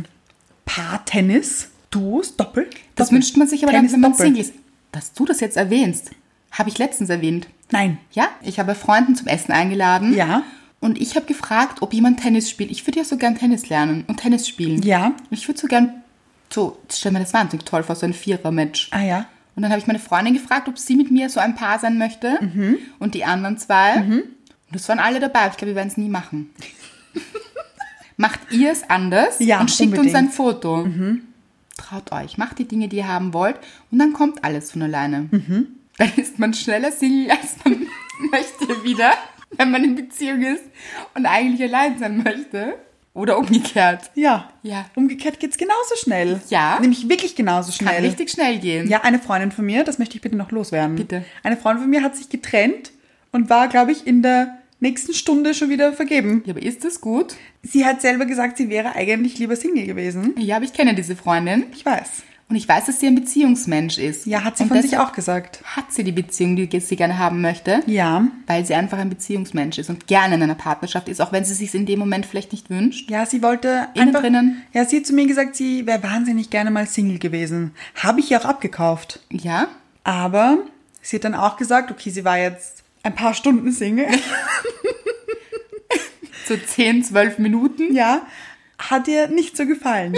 Speaker 2: Paar-Tennis, Duos, Doppel.
Speaker 1: Das
Speaker 2: Doppel.
Speaker 1: wünscht man sich aber dann,
Speaker 2: Tennis
Speaker 1: wenn man
Speaker 2: Doppel.
Speaker 1: Single ist. Dass du das jetzt erwähnst, habe ich letztens erwähnt.
Speaker 2: Nein.
Speaker 1: Ja, ich habe Freunden zum Essen eingeladen.
Speaker 2: Ja.
Speaker 1: Und ich habe gefragt, ob jemand Tennis spielt. Ich würde ja so gern Tennis lernen und Tennis spielen.
Speaker 2: Ja.
Speaker 1: Ich würde so gern, so, stell mir das wahnsinnig toll vor, so ein Vierer-Match.
Speaker 2: Ah ja.
Speaker 1: Und dann habe ich meine Freundin gefragt, ob sie mit mir so ein Paar sein möchte.
Speaker 2: Mhm.
Speaker 1: Und die anderen zwei. Und das waren alle dabei. aber Ich glaube, wir werden es nie
Speaker 2: (laughs)
Speaker 1: machen. macht ihr es anders
Speaker 2: Ja,
Speaker 1: und schickt uns
Speaker 2: unbedingt. Mhm.
Speaker 1: ein Foto. Traut euch, macht die Dinge, die ihr haben wollt. Und dann kommt alles von alleine.
Speaker 2: Mhm.
Speaker 1: Dann ist man schneller Single, (laughs) als man möchte wieder, wenn man in Beziehung ist und eigentlich allein sein möchte. Oder umgekehrt.
Speaker 2: Ja.
Speaker 1: Ja.
Speaker 2: Umgekehrt geht's genauso schnell.
Speaker 1: Ja.
Speaker 2: Nämlich wirklich genauso
Speaker 1: Kann
Speaker 2: schnell.
Speaker 1: richtig schnell gehen.
Speaker 2: Ja, eine Freundin von mir, das möchte ich bitte noch loswerden.
Speaker 1: Bitte.
Speaker 2: Eine Freundin von mir hat sich getrennt und war, glaube ich, in der nächsten Stunde schon wieder vergeben.
Speaker 1: ja aber ist das gut?
Speaker 2: Sie hat selber gesagt, sie wäre eigentlich lieber Single gewesen.
Speaker 1: Ja, aber ich kenne diese Freundin.
Speaker 2: Ich weiß.
Speaker 1: Und ich weiß, dass sie ein Beziehungsmensch ist.
Speaker 2: Ja, hat sie
Speaker 1: Und
Speaker 2: von sich
Speaker 1: deshalb
Speaker 2: auch gesagt.
Speaker 1: Hat sie die Beziehung, die sie gerne haben möchte?
Speaker 2: Ja.
Speaker 1: Weil sie einfach ein Beziehungsmensch ist und gerne in einer Partnerschaft ist, auch wenn sie sich in dem Moment vielleicht nicht wünscht.
Speaker 2: Ja, sie wollte
Speaker 1: Innen
Speaker 2: einfach...
Speaker 1: drinnen?
Speaker 2: Ja, sie hat zu mir gesagt, sie wäre wahnsinnig gerne mal Single gewesen. Habe ich ihr auch abgekauft.
Speaker 1: Ja?
Speaker 2: Aber sie hat dann auch gesagt, okay, sie war jetzt ein paar
Speaker 1: (laughs)
Speaker 2: Stunden Single.
Speaker 1: So 10, 12 Minuten.
Speaker 2: ja. Hat ihr nicht so
Speaker 1: (laughs)
Speaker 2: gefallen.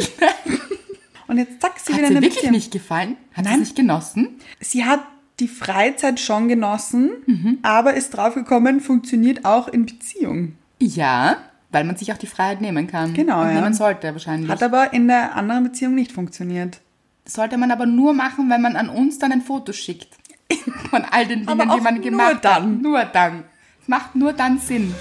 Speaker 2: Und jetzt zack, sie
Speaker 1: Hat
Speaker 2: wieder
Speaker 1: sie
Speaker 2: in eine
Speaker 1: wirklich
Speaker 2: Beziehung.
Speaker 1: nicht gefallen? Hat sie
Speaker 2: Nein.
Speaker 1: nicht genossen?
Speaker 2: sie hat die Freizeit schon genossen,
Speaker 1: Mhm.
Speaker 2: aber ist draufgekommen, funktioniert auch in Beziehung.
Speaker 1: Ja, weil man sich auch die Freiheit nehmen kann.
Speaker 2: Genau,
Speaker 1: Und
Speaker 2: ja.
Speaker 1: nehmen sollte wahrscheinlich.
Speaker 2: Hat aber in der anderen Beziehung nicht funktioniert.
Speaker 1: sollte man aber nur machen, wenn man an uns dann ein Foto
Speaker 2: (laughs)
Speaker 1: schickt. Von all den
Speaker 2: Aber
Speaker 1: Dingen, die
Speaker 2: auch
Speaker 1: man
Speaker 2: nur
Speaker 1: gemacht
Speaker 2: dann.
Speaker 1: hat. Nur dann. Es macht nur dann Sinn.